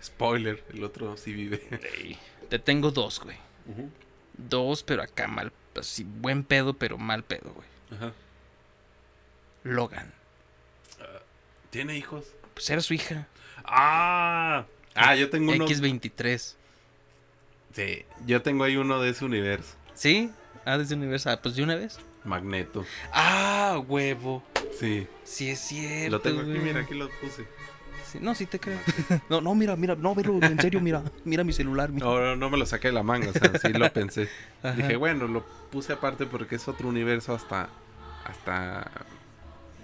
S4: Spoiler, el otro sí vive.
S1: Ey, Te tengo dos, güey.
S4: Ujú.
S1: Dos, pero acá mal. Así, buen pedo, pero mal pedo, güey.
S4: Ajá.
S1: Logan.
S4: ¿Tiene hijos?
S1: Pues era su hija.
S4: Ah, ah, yo tengo uno.
S1: X23.
S4: Sí, yo tengo ahí uno de ese universo.
S1: ¿Sí? Ah, desde Universal. Ah, pues de una vez.
S4: Magneto.
S1: Ah, huevo.
S4: Sí.
S5: Sí, es cierto.
S4: Lo tengo aquí,
S5: güey.
S4: mira, aquí lo puse.
S5: Sí, no, sí te creo. No, no, mira, mira, no, pero en serio, mira, mira mi celular. mira.
S4: No, no, no me lo saqué de la manga, o sea, sí lo pensé.
S5: Ajá.
S4: Dije, bueno, lo puse aparte porque es otro universo hasta. hasta.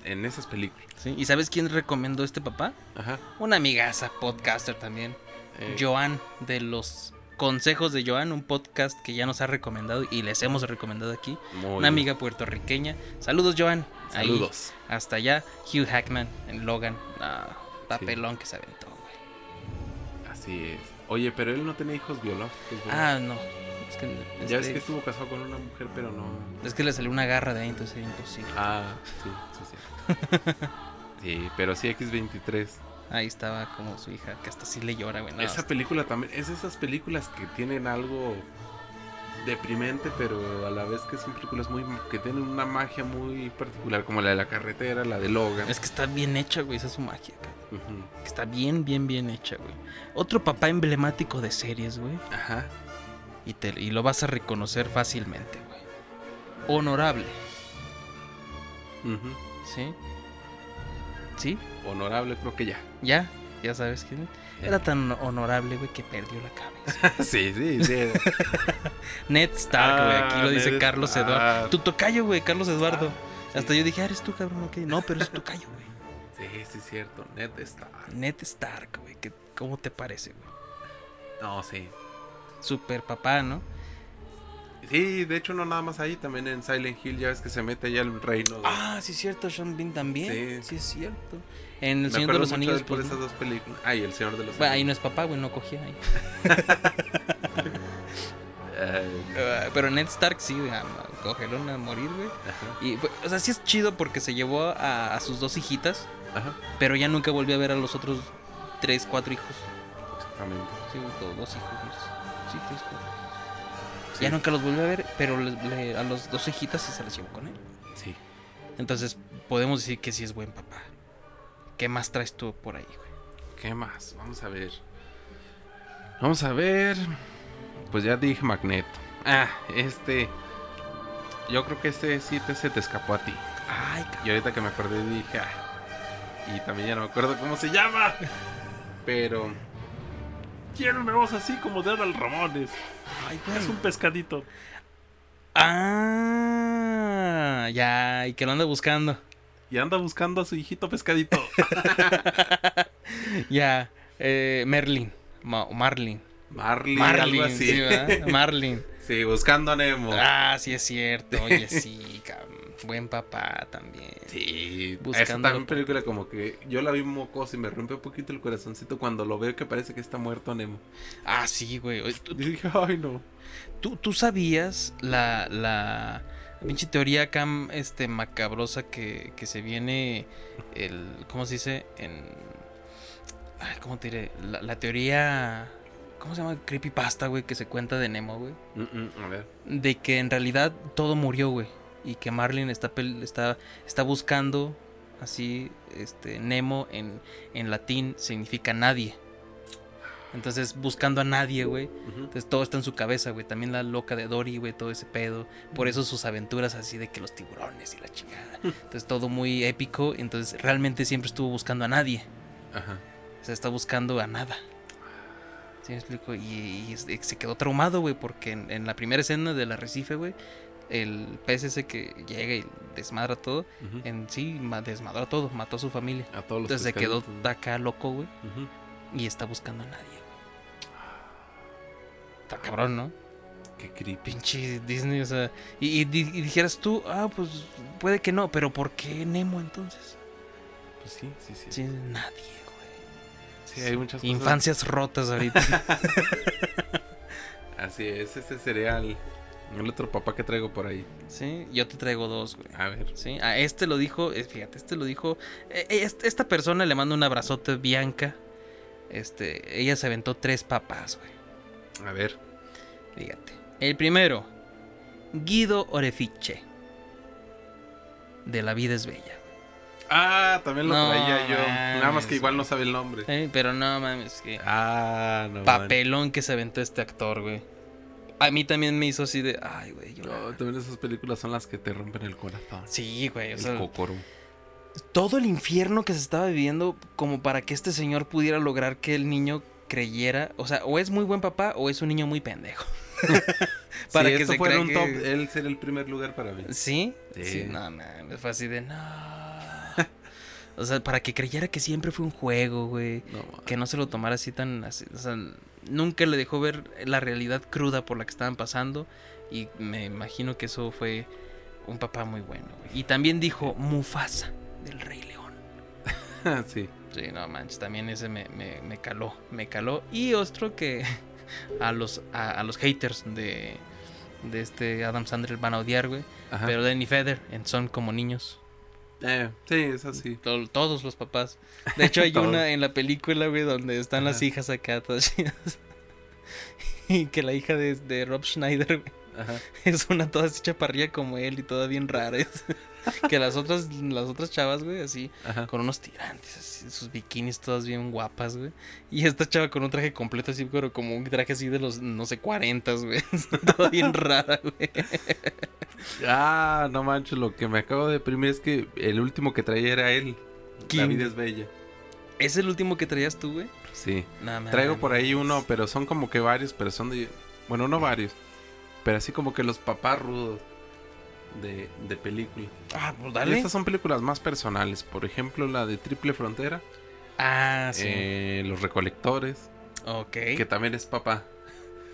S4: en esas películas.
S5: Sí, ¿Y sabes quién recomendó este papá?
S4: Ajá.
S5: Una amigaza, podcaster también.
S4: eh,
S5: Joan, de los consejos de Joan, un podcast que ya nos ha recomendado y les hemos recomendado aquí.
S4: muy
S5: Una amiga puertorriqueña. Saludos, Joan. Ahí,
S4: Saludos.
S5: hasta allá. Hugh Hackman en Logan. Ah, papelón que se aventó, güey.
S4: Así es. Oye, pero él no tenía hijos biológicos. ¿verdad?
S5: Ah, no. Es que,
S4: ya ves
S5: este,
S4: que estuvo casado con una mujer, pero no.
S5: es que le salió una garra de ahí, entonces era imposible.
S4: Ah, sí, sí, sí. Sí, pero sí, X23.
S5: Ahí estaba como su hija, que hasta sí le llora, güey. No,
S4: Esa película también. Es esas películas que tienen algo deprimente, pero a la vez que son películas muy que tienen una magia muy particular, como la de la carretera, la de Logan.
S5: es que está bien hecha, güey. Esa es su magia, cabrón.
S4: Ujú.
S5: Que Está bien, bien, bien hecha, güey. Otro papá emblemático de series, güey.
S4: Ajá.
S5: Y, te- y lo vas a reconocer fácilmente, güey. Honorable,
S4: ujú.
S5: ¿sí? ¿Sí?
S4: Honorable, creo que ya.
S5: ¿Ya? ¿Ya sabes quién? es. Era tan honorable, güey, que perdió la cabeza.
S4: sí, sí, sí.
S5: Ned Stark, güey. Aquí
S4: Ah,
S5: lo dice
S4: Ned
S5: Carlos
S4: Stark. Ah,
S5: Eduardo. Tu tocayo, güey, Carlos Eduardo.
S4: sí.
S5: Hasta yo dije, ah, eres tú, cabrón. ok. No, pero es tu tocayo, güey.
S4: Sí, sí, es cierto. Ned está.
S5: Ned Stark, güey. que- ¿Cómo te parece, güey?
S4: No, sí.
S5: Super papá, ¿no?
S4: Sí, de hecho, no nada más ahí. También en Silent Hill, ya ves que se mete allá el reino. de-
S5: Ah, sí es cierto, Sean Bean también. Sí,
S4: Sí.
S5: es cierto. En El
S4: Me
S5: Señor de
S4: acuerdo
S5: los
S4: mucho
S5: Anillos,
S4: él por
S5: pues,
S4: esas
S5: ¿no?
S4: dos películas. Ah, y El Señor de los
S5: Bueno, ahí no
S4: Anillos.
S5: es papá, güey, no cogía ahí.
S4: Eh,
S5: Ah, pero Ned Stark sí, güey, a- a- cogelón a morir, güey.
S4: ajá,
S5: Y, fue- o sea, sí es chido porque se llevó a, a sus dos hijitas,
S4: ajá,
S5: pero ya nunca volvió a ver a los otros tres, cuatro hijos.
S4: exactamente.
S5: Sí, güey, do- dos hijos. no sé. Sí, tres, cuatro.
S4: Sí,
S5: Ya nunca los volvió a ver, pero le- le- a los dos hijitas sí se las llevó con él.
S4: Sí.
S5: Entonces, podemos decir que sí es buen papá. ¿Qué más traes tú por ahí, güey?
S4: ¿Qué más? Vamos a ver. Vamos a ver. Pues ya dije Magneto. Ah, este. Yo creo que este sí te, se te escapó a ti.
S5: Ay, cabrón.
S4: Y ahorita que me acordé dije, ah. Y también ya no me acuerdo cómo se llama. Pero. Quiero una voz así como de Adal Ramones.
S5: Ay,
S6: Es un pescadito.
S5: Ah, ya, y que lo anda buscando.
S4: Y anda buscando a su hijito pescadito.
S5: Ya, eh, Merlin. Ma- o Marlin.
S4: Marley,
S5: Marlin,
S4: algo así.
S5: sí,
S4: Sí,
S5: ¿verdad? Marlin.
S4: buscando a Nemo.
S5: Ah, sí es cierto. Oye, sí, cabrón. Buen papá también.
S4: Sí, esa
S5: Buscándolo
S4: también película como que yo la vi mocosa y me rompe un poquito el corazoncito cuando lo veo que parece que está muerto Nemo.
S5: Ah, sí, güey. Oye, ¿Tú,
S4: Y dije, ay no.
S5: tú- tú sabías la, la pinche teoría acá este, macabrosa que, que se viene el... ¿Cómo se dice? En... Ay, ¿cómo te diré? La, la teoría... ¿Cómo se llama? Creepypasta, güey, que se cuenta de Nemo, güey.
S4: Mm, mm, a ver.
S5: de que en realidad todo murió, güey. Y que Marlin está, pel- está, está buscando así, este, Nemo en, en latín significa nadie. Entonces, buscando a nadie, güey.
S4: Ujú.
S5: Entonces, todo está en su cabeza, güey. También la loca de Dory, güey, todo ese pedo. Por eso sus aventuras así de que los tiburones y la chingada. Entonces, todo muy épico. Entonces, realmente siempre estuvo buscando a nadie.
S4: Ajá.
S5: O sea, está buscando a nada. ¿Sí me explico? Y, y es- se quedó traumado, güey, porque en, en la primera escena del arrecife, güey, el pez ese que llega y desmadra todo,
S4: Ujú.
S5: en sí ma- desmadró todo, mató a su familia.
S4: A todos los
S5: Entonces se quedó
S4: pescaditos, ¿no?
S5: acá loco, güey,
S4: Ujú.
S5: y está buscando a nadie. güey. Está cabrón, ¿no?
S4: Qué creepy.
S5: Pinche Disney, o sea. Y, y di- y dijeras tú, ah, pues puede que no, pero ¿por qué Nemo entonces?
S4: Pues sí, sí, sí.
S5: Sí, nadie, güey.
S4: Sí, hay muchas cosas.
S5: Infancias rotas ahorita.
S4: Así es, ese cereal. El otro papá que traigo por ahí.
S5: sí, yo te traigo dos, güey.
S4: A ver.
S5: Sí, a este lo dijo, eh, fíjate, este lo dijo. eh, eh, est- Esta persona le manda un abrazote, Bianca. Este, ella se aventó tres papás, güey.
S4: A ver.
S5: Fíjate. El primero, Guido Orefiche. De La vida es bella.
S4: Ah, también lo
S5: No
S4: traía yo. Nada más
S5: mames,
S4: que igual
S5: güey.
S4: no sabe el nombre.
S5: Eh, Pero no mames, que
S4: Ah, no.
S5: papelón que se aventó este actor, güey. A mí también me hizo así de, ay, güey, yo.
S4: man. No, también esas películas son las que te rompen el corazón.
S5: Sí, güey, o
S4: el
S5: sea,
S4: cocoro.
S5: todo el infierno que se estaba viviendo como para que este señor pudiera lograr que el niño creyera, o sea, o es muy buen papá o es un niño muy pendejo.
S4: para
S5: Para
S4: si
S5: que
S4: esto
S5: se
S4: fuera
S5: crea
S4: un
S5: que-
S4: top, él sería el primer lugar para mí.
S5: ¿Sí?
S4: Sí.
S5: Sí. no, mames, fue así de no. O sea, para que creyera que siempre fue un juego, güey.
S4: No, ma-
S5: Que no se lo tomara así tan así. O sea, nunca le dejó ver la realidad cruda por la que estaban pasando. Y me imagino que eso fue un papá muy bueno, güey. Y también dijo Mufasa del Rey León.
S4: sí.
S5: Sí, no manches, también ese me, me- me caló, me caló. Y otro que a los, a, a los haters de, de este Adam Sandler van a odiar, güey.
S4: Ajá.
S5: Pero Danny Feather en Son como niños.
S4: Eh, sí, es así.
S5: Tol- todos los papás. De hecho, hay
S4: Todos.
S5: una en la película, güey, donde están las
S4: Ajá.
S5: hijas acá todas chidas. Y que la hija de, de Rob Schneider güey,
S4: Ajá.
S5: es una toda así chaparrilla como él y toda bien rara. es- que las otras, las otras chavas, güey, así,
S4: Ajá.
S5: con unos tirantes, así, sus bikinis todas bien guapas, güey. Y esta chava con un traje completo así, pero como un traje así de los, no sé, cuarentas, güey. toda bien rara, güey.
S4: Ah, no manches, lo que me acabo de deprimir es que el último que traía era él. La
S5: ¿Quién?
S4: vida es bella.
S5: ¿Es el último que traías tú, güey?
S4: Sí.
S5: Nada más.
S4: Traigo por ahí uno, pero son como que varios, pero son de... Bueno, no varios, pero así como que los papás rudos de, de película.
S5: Ah, pues
S4: Y
S5: dale.
S4: estas son películas más personales, por ejemplo la de Triple Frontera,
S5: Ah, sí.
S4: eh, Los Recolectores,
S5: ok.
S4: que también es papá.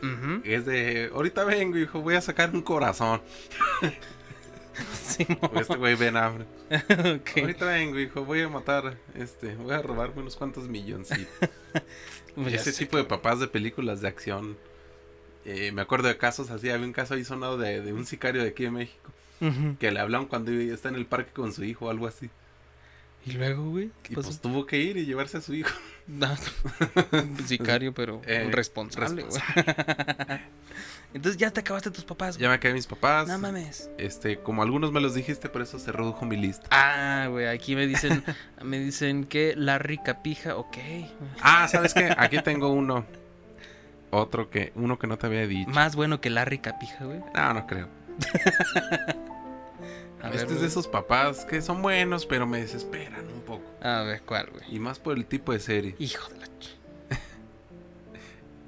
S5: Ujú.
S4: Es de, ahorita vengo, hijo, voy a sacar un corazón.
S5: Sí,
S4: O Este güey Ben Affleck.
S5: ok.
S4: Ahorita vengo, hijo, voy a matar, este, voy a robarme unos cuantos milloncitos.
S5: Pues ya
S4: Ese
S5: sé.
S4: tipo de papás de películas de acción. eh, me acuerdo de casos así, había un caso ahí sonado de, de un sicario de aquí de México,
S5: Ujú.
S4: que le hablaron cuando está en el parque con su hijo o algo así.
S5: Y luego, güey,
S4: Y
S5: ¿qué pasó?
S4: pues tuvo que ir y llevarse a su hijo.
S5: No. Sicario, pero
S4: Eh,
S5: un responsable, güey. Entonces ya te acabaste tus papás.
S4: Ya
S5: güey.
S4: me quedé mis papás.
S5: No mames.
S4: Este, como algunos me los dijiste, por eso se redujo mi lista.
S5: Ah, güey, aquí me dicen, me dicen que la rica pija, ok.
S4: Ah, ¿sabes qué? Aquí tengo uno. Otro que, uno que no te había dicho.
S5: Más bueno que la rica pija, güey.
S4: No, no creo.
S5: A
S4: este
S5: ver,
S4: es de
S5: güey.
S4: esos papás que son buenos, pero me desesperan un poco.
S5: A ver, ¿cuál, güey?
S4: Y más por el tipo de serie.
S5: Hijo de la ch...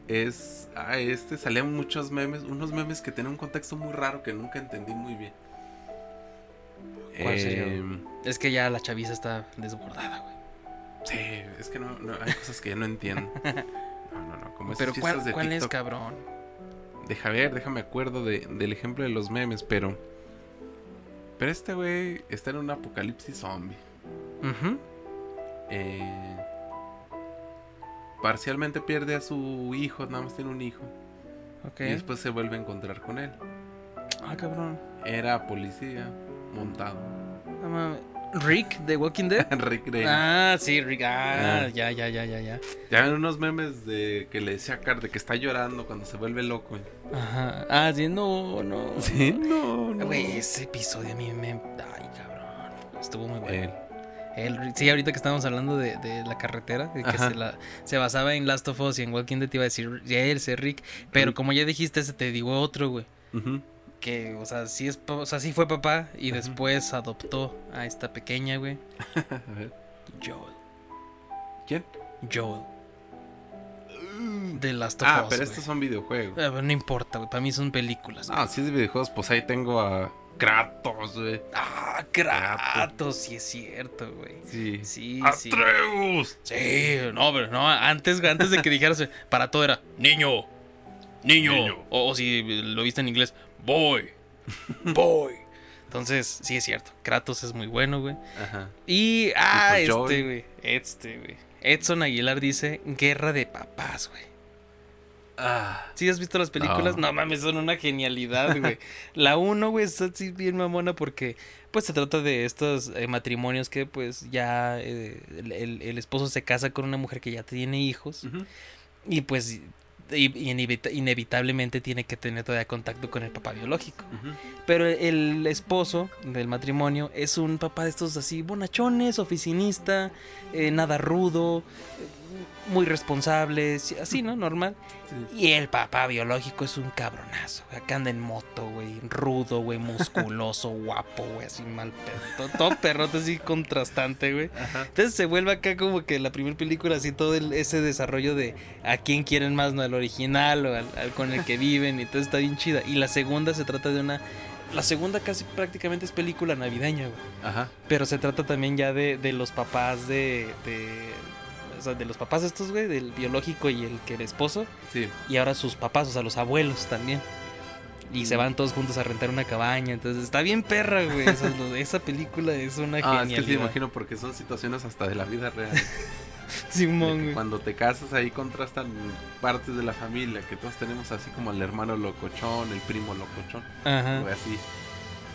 S4: Es. Ah, este salían muchos memes. Unos memes que tenían un contexto muy raro que nunca entendí muy bien.
S5: ¿Cuál sería?
S4: Em,
S5: Es que ya la chaviza está desbordada, güey.
S4: Sí, es que no, no, hay cosas que yo no entiendo. No, no, no. Como
S5: Pero
S4: esas fiestas
S5: ¿cuál,
S4: de
S5: cuál es,
S4: TikTok.
S5: cabrón?
S4: Deja ver, déjame acuerdo de- del ejemplo de los memes, pero. Pero este güey está en un apocalipsis zombie.
S5: Ujú.
S4: Eh, parcialmente pierde a su hijo, nada más tiene un hijo.
S5: Ok.
S4: Y después se vuelve a encontrar con él.
S5: Ah, cabrón.
S4: Era policía montado.
S5: No mames. Rick de Walking Dead.
S4: Rick Grimes.
S5: Ah, sí, Rick. Ah,
S4: Ah.
S5: ya, ya, ya, ya, ya.
S4: Ya ven unos memes de que le decía a Card de que está llorando cuando se vuelve loco. güey.
S5: Ajá. Ah, sí, no, no.
S4: Sí, no, no.
S5: Güey, ese episodio a mí me. Ay, cabrón. Estuvo muy bueno.
S4: Él.
S5: El Rick- sí, ahorita que estábamos hablando de, de la carretera, de que
S4: Ajá.
S5: se, la- se basaba en Last of Us y en Walking Dead, te iba a decir, ya ese Rick. Pero
S4: Rick.
S5: como ya dijiste, ese te digo otro, güey.
S4: Ujú.
S5: Que, o sea, sí, es, pa- o sea, sí fue papá y
S4: Ajá.
S5: después adoptó a esta pequeña, güey.
S4: A ver.
S5: Joel.
S4: ¿Quién?
S5: Joel. De Last of
S4: Ah,
S5: Us.
S4: pero
S5: güey.
S4: estos son videojuegos.
S5: Ah, pero no importa, güey. Para mí son películas. güey.
S4: Ah, si es de videojuegos, pues ahí tengo a Kratos, güey.
S5: Ah, Kratos, sí es cierto, güey.
S4: Sí.
S5: Sí, sí.
S4: ¡Atreus!
S5: Sí, no, pero no, antes, antes de que dijeras, para todo era niño, niño.
S4: Niño.
S5: O, o si lo viste en inglés, boy, boy. Entonces, sí es cierto, Kratos es muy bueno, güey.
S4: Ajá.
S5: Y, ah,
S4: Y por Joy.
S5: este, güey, este, güey. Edson Aguilar dice, guerra de papás, güey.
S4: Ah.
S5: ¿Sí has visto las películas?
S4: No.
S5: No, mames, son una genialidad, güey. La uno, güey, está así bien mamona porque, pues, se trata de estos eh, matrimonios que, pues, ya eh, el, el- el esposo se casa con una mujer que ya tiene hijos.
S4: Ujú.
S5: Y, pues, y- y inevita- inevitablemente tiene que tener todavía contacto con el papá biológico.
S4: Ujú.
S5: Pero el esposo del matrimonio es un papá de estos así bonachones, oficinista, eh, nada rudo, eh, muy responsable, sí- así, ¿no? Normal.
S4: Sí.
S5: Y el papá biológico es un cabronazo. güey, Acá anda en moto, güey. Rudo, güey. Musculoso, guapo, güey. Así mal perro. Todo, todo perrote así contrastante, güey.
S4: Ajá.
S5: Entonces se vuelve acá como que la primera película, así todo el- ese desarrollo de a quién quieren más, ¿no? Al original o al, al con el que viven y todo está bien chida. Y la segunda se trata de una... La segunda casi prácticamente es película navideña, güey.
S4: Ajá.
S5: Pero se trata también ya de, de los papás de... de o sea, de los papás estos, güey, del biológico y el que el esposo,
S4: Sí.
S5: y ahora sus papás, o sea, los abuelos también. Y se van todos juntos a rentar una cabaña, entonces está bien perra, güey. Esa, es lo- esa película es
S4: Ah,
S5: una
S4: es que sí,
S5: genialidad.
S4: imagino porque son situaciones hasta de la vida real. De
S5: Simón,
S4: que
S5: güey.
S4: cuando te casas ahí contrastan partes de la familia, que todos tenemos así como el hermano locochón, el primo locochón,
S5: Ajá.
S4: o así.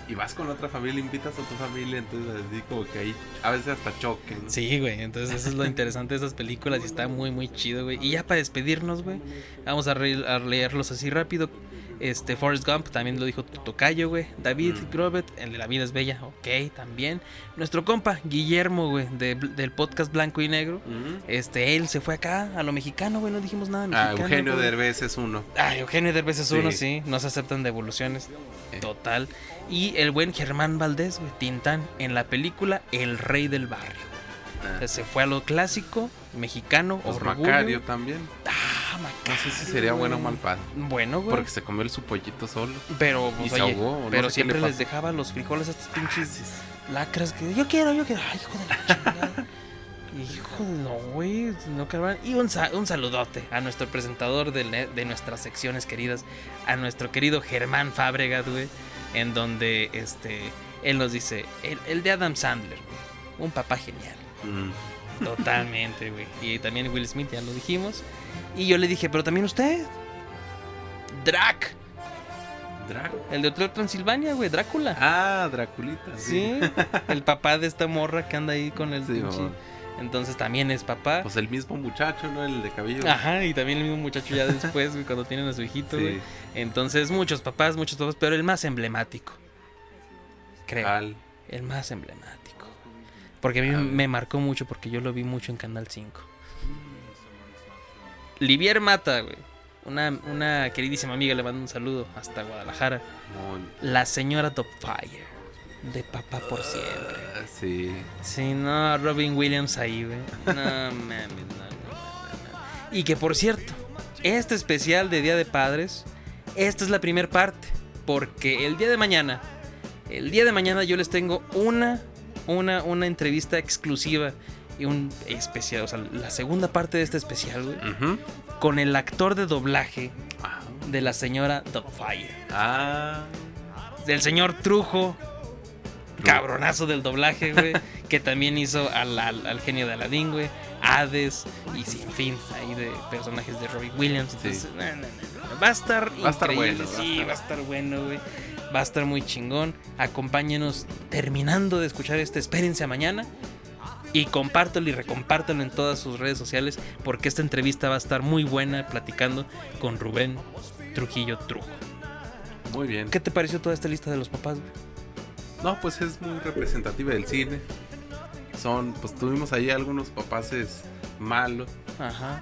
S4: Y vas con otra familia, invitas a tu familia, entonces así como que ahí a veces hasta choquen. ¿no?
S5: Sí, güey. Entonces eso es lo interesante de esas películas y está muy, muy chido, güey. Y ya para despedirnos, güey, vamos a, re- a leerlos así rápido. Este, Forrest Gump, también lo dijo tu tocayo, güey. David
S4: Mm.
S5: Grobet, el de La vida es bella, ok, también. Nuestro compa, Guillermo, güey, de bl- del podcast Blanco y Negro.
S4: Ujú.
S5: Este, él se fue acá a lo mexicano, güey, no dijimos nada
S4: Ah,
S5: mexicano.
S4: Eugenio
S5: güey.
S4: Derbez es uno.
S5: Ah, Eugenio Derbez es uno,
S4: Sí.
S5: sí. No se aceptan devoluciones.
S4: Eh.
S5: Total. Y el buen Germán Valdés, güey, Tintán, en la película El Rey del Barrio.
S4: Ah,
S5: O sea, se fue a lo clásico, mexicano,
S4: pues
S5: orgullo.
S4: Macario también.
S5: Ah, Macario.
S4: No sé si sería bueno o mal padre.
S5: Bueno, güey.
S4: Porque se comió el su pollito solo.
S5: Pero,
S4: y
S5: pues,
S4: se
S5: oye,
S4: ahogó, no
S5: pero
S4: sé qué
S5: siempre
S4: le
S5: les
S4: pasó.
S5: dejaba los frijoles a estos pinches lacras que yo quiero, yo quiero. Ay, hijo de la chingada. Hijo, no, güey, no cabrón. Y un, sa- un saludote a nuestro presentador de, le- de nuestras secciones queridas, a nuestro querido Germán Fábregas, güey, en donde este, él nos dice, el, el de Adam Sandler, güey, un papá genial.
S4: Mm.
S5: Totalmente, güey. Y también Will Smith, ya lo dijimos. Y yo le dije, pero también usted. Drac,
S4: Drac-
S5: el de Hotel Transilvania, güey, Drácula.
S4: Ah, Draculita.
S5: sí, el papá de esta morra que anda ahí con el
S4: Sí,
S5: pinche-
S4: mamá.
S5: Entonces también es papá.
S4: Pues el mismo muchacho, ¿no? El de cabello.
S5: Ajá, y también el mismo muchacho ya después, güey, cuando tienen a su hijito, Ah, güey.
S4: sí.
S5: Entonces, muchos papás, muchos papás, pero el más emblemático. Creo.
S4: Al-
S5: El más emblemático. Porque a mí
S4: Ah. A ver.
S5: me marcó mucho porque yo lo vi mucho en Canal 5. Livier Mata, güey. Una, una queridísima amiga le mando un saludo hasta Guadalajara.
S4: Mon-
S5: La señora Topfire. De papá por siempre.
S4: Ah, Sí.
S5: Sí, no, Robin Williams ahí, güey. No mames, no, no, no, no. Y que por cierto, este especial de Día de Padres, esta es la primera parte. Porque el día de mañana, el día de mañana yo les tengo una, una, una entrevista exclusiva y un especial, o sea, la segunda parte de este especial, güey,
S4: Ujú.
S5: con el actor de doblaje
S4: Ah.
S5: de la señora Dubfire.
S4: Ah.
S5: Del señor Trujo,
S4: Trujo.
S5: cabronazo del doblaje, güey. que también hizo al, al- al genio de Aladdin, güey. Hades y sin fin ahí de personajes de Robbie Williams.
S4: Sí.
S5: Entonces, no, no, no, no, va a estar
S4: Va a estar
S5: increíble,
S4: bueno, va a
S5: Sí,
S4: estar-
S5: va a estar bueno, güey. Va a estar muy chingón. Acompáñenos terminando de escuchar este. Espérense a mañana. Y compártelo y recompártelo en todas sus redes sociales. Porque esta entrevista va a estar muy buena platicando con Rubén Trujillo Trujo.
S4: Muy bien.
S5: ¿Qué te pareció toda esta lista de los papás, güey?
S4: No, pues es muy representativa del cine. Son, pues tuvimos ahí algunos papaces malos,
S5: Ajá.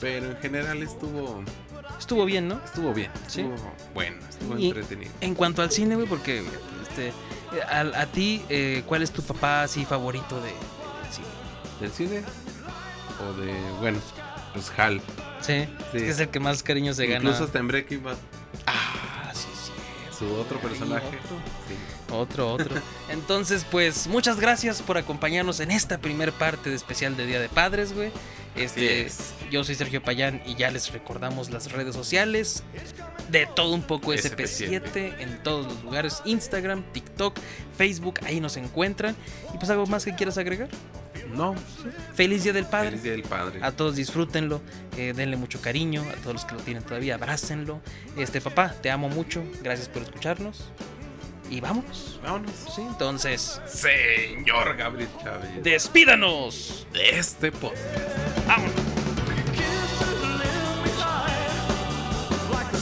S4: pero en general estuvo,
S5: Estuvo bien, ¿no?
S4: estuvo bien,
S5: Sí.
S4: estuvo bueno, estuvo
S5: Y-
S4: entretenido.
S5: En cuanto al cine, güey, porque este, eh, al- a, ti, eh, ¿cuál es tu papá así favorito de, del cine?
S4: ¿Del cine? O de, bueno, pues Hal.
S5: Sí, Es que es el que más cariño se gana.
S4: Incluso hasta en Breaking Bad,
S5: Ah, sí, sí.
S4: su otro personaje. Sí.
S5: Otro, otro. Entonces, pues, muchas gracias por acompañarnos en esta primer parte de especial de Día de Padres, güey. Este,
S4: es.
S5: Yo soy Sergio Payán y ya les recordamos las redes sociales. De todo un poco
S4: SP7.
S5: SP7, en todos los lugares. Instagram, TikTok, Facebook, ahí nos encuentran. Y pues algo más que quieras agregar.
S4: No,
S5: Feliz Día del Padre.
S4: feliz día del padre.
S5: A todos disfrútenlo, eh, denle mucho cariño, a todos los que lo tienen todavía, abrácenlo. Este papá, te amo mucho, gracias por escucharnos. Y vámonos.
S4: Vámonos.
S5: Sí, entonces,
S4: Señor Gabriel Chávez. De,
S5: despídanos.
S4: de este podcast.
S5: Vámonos.
S7: Kisses live me life.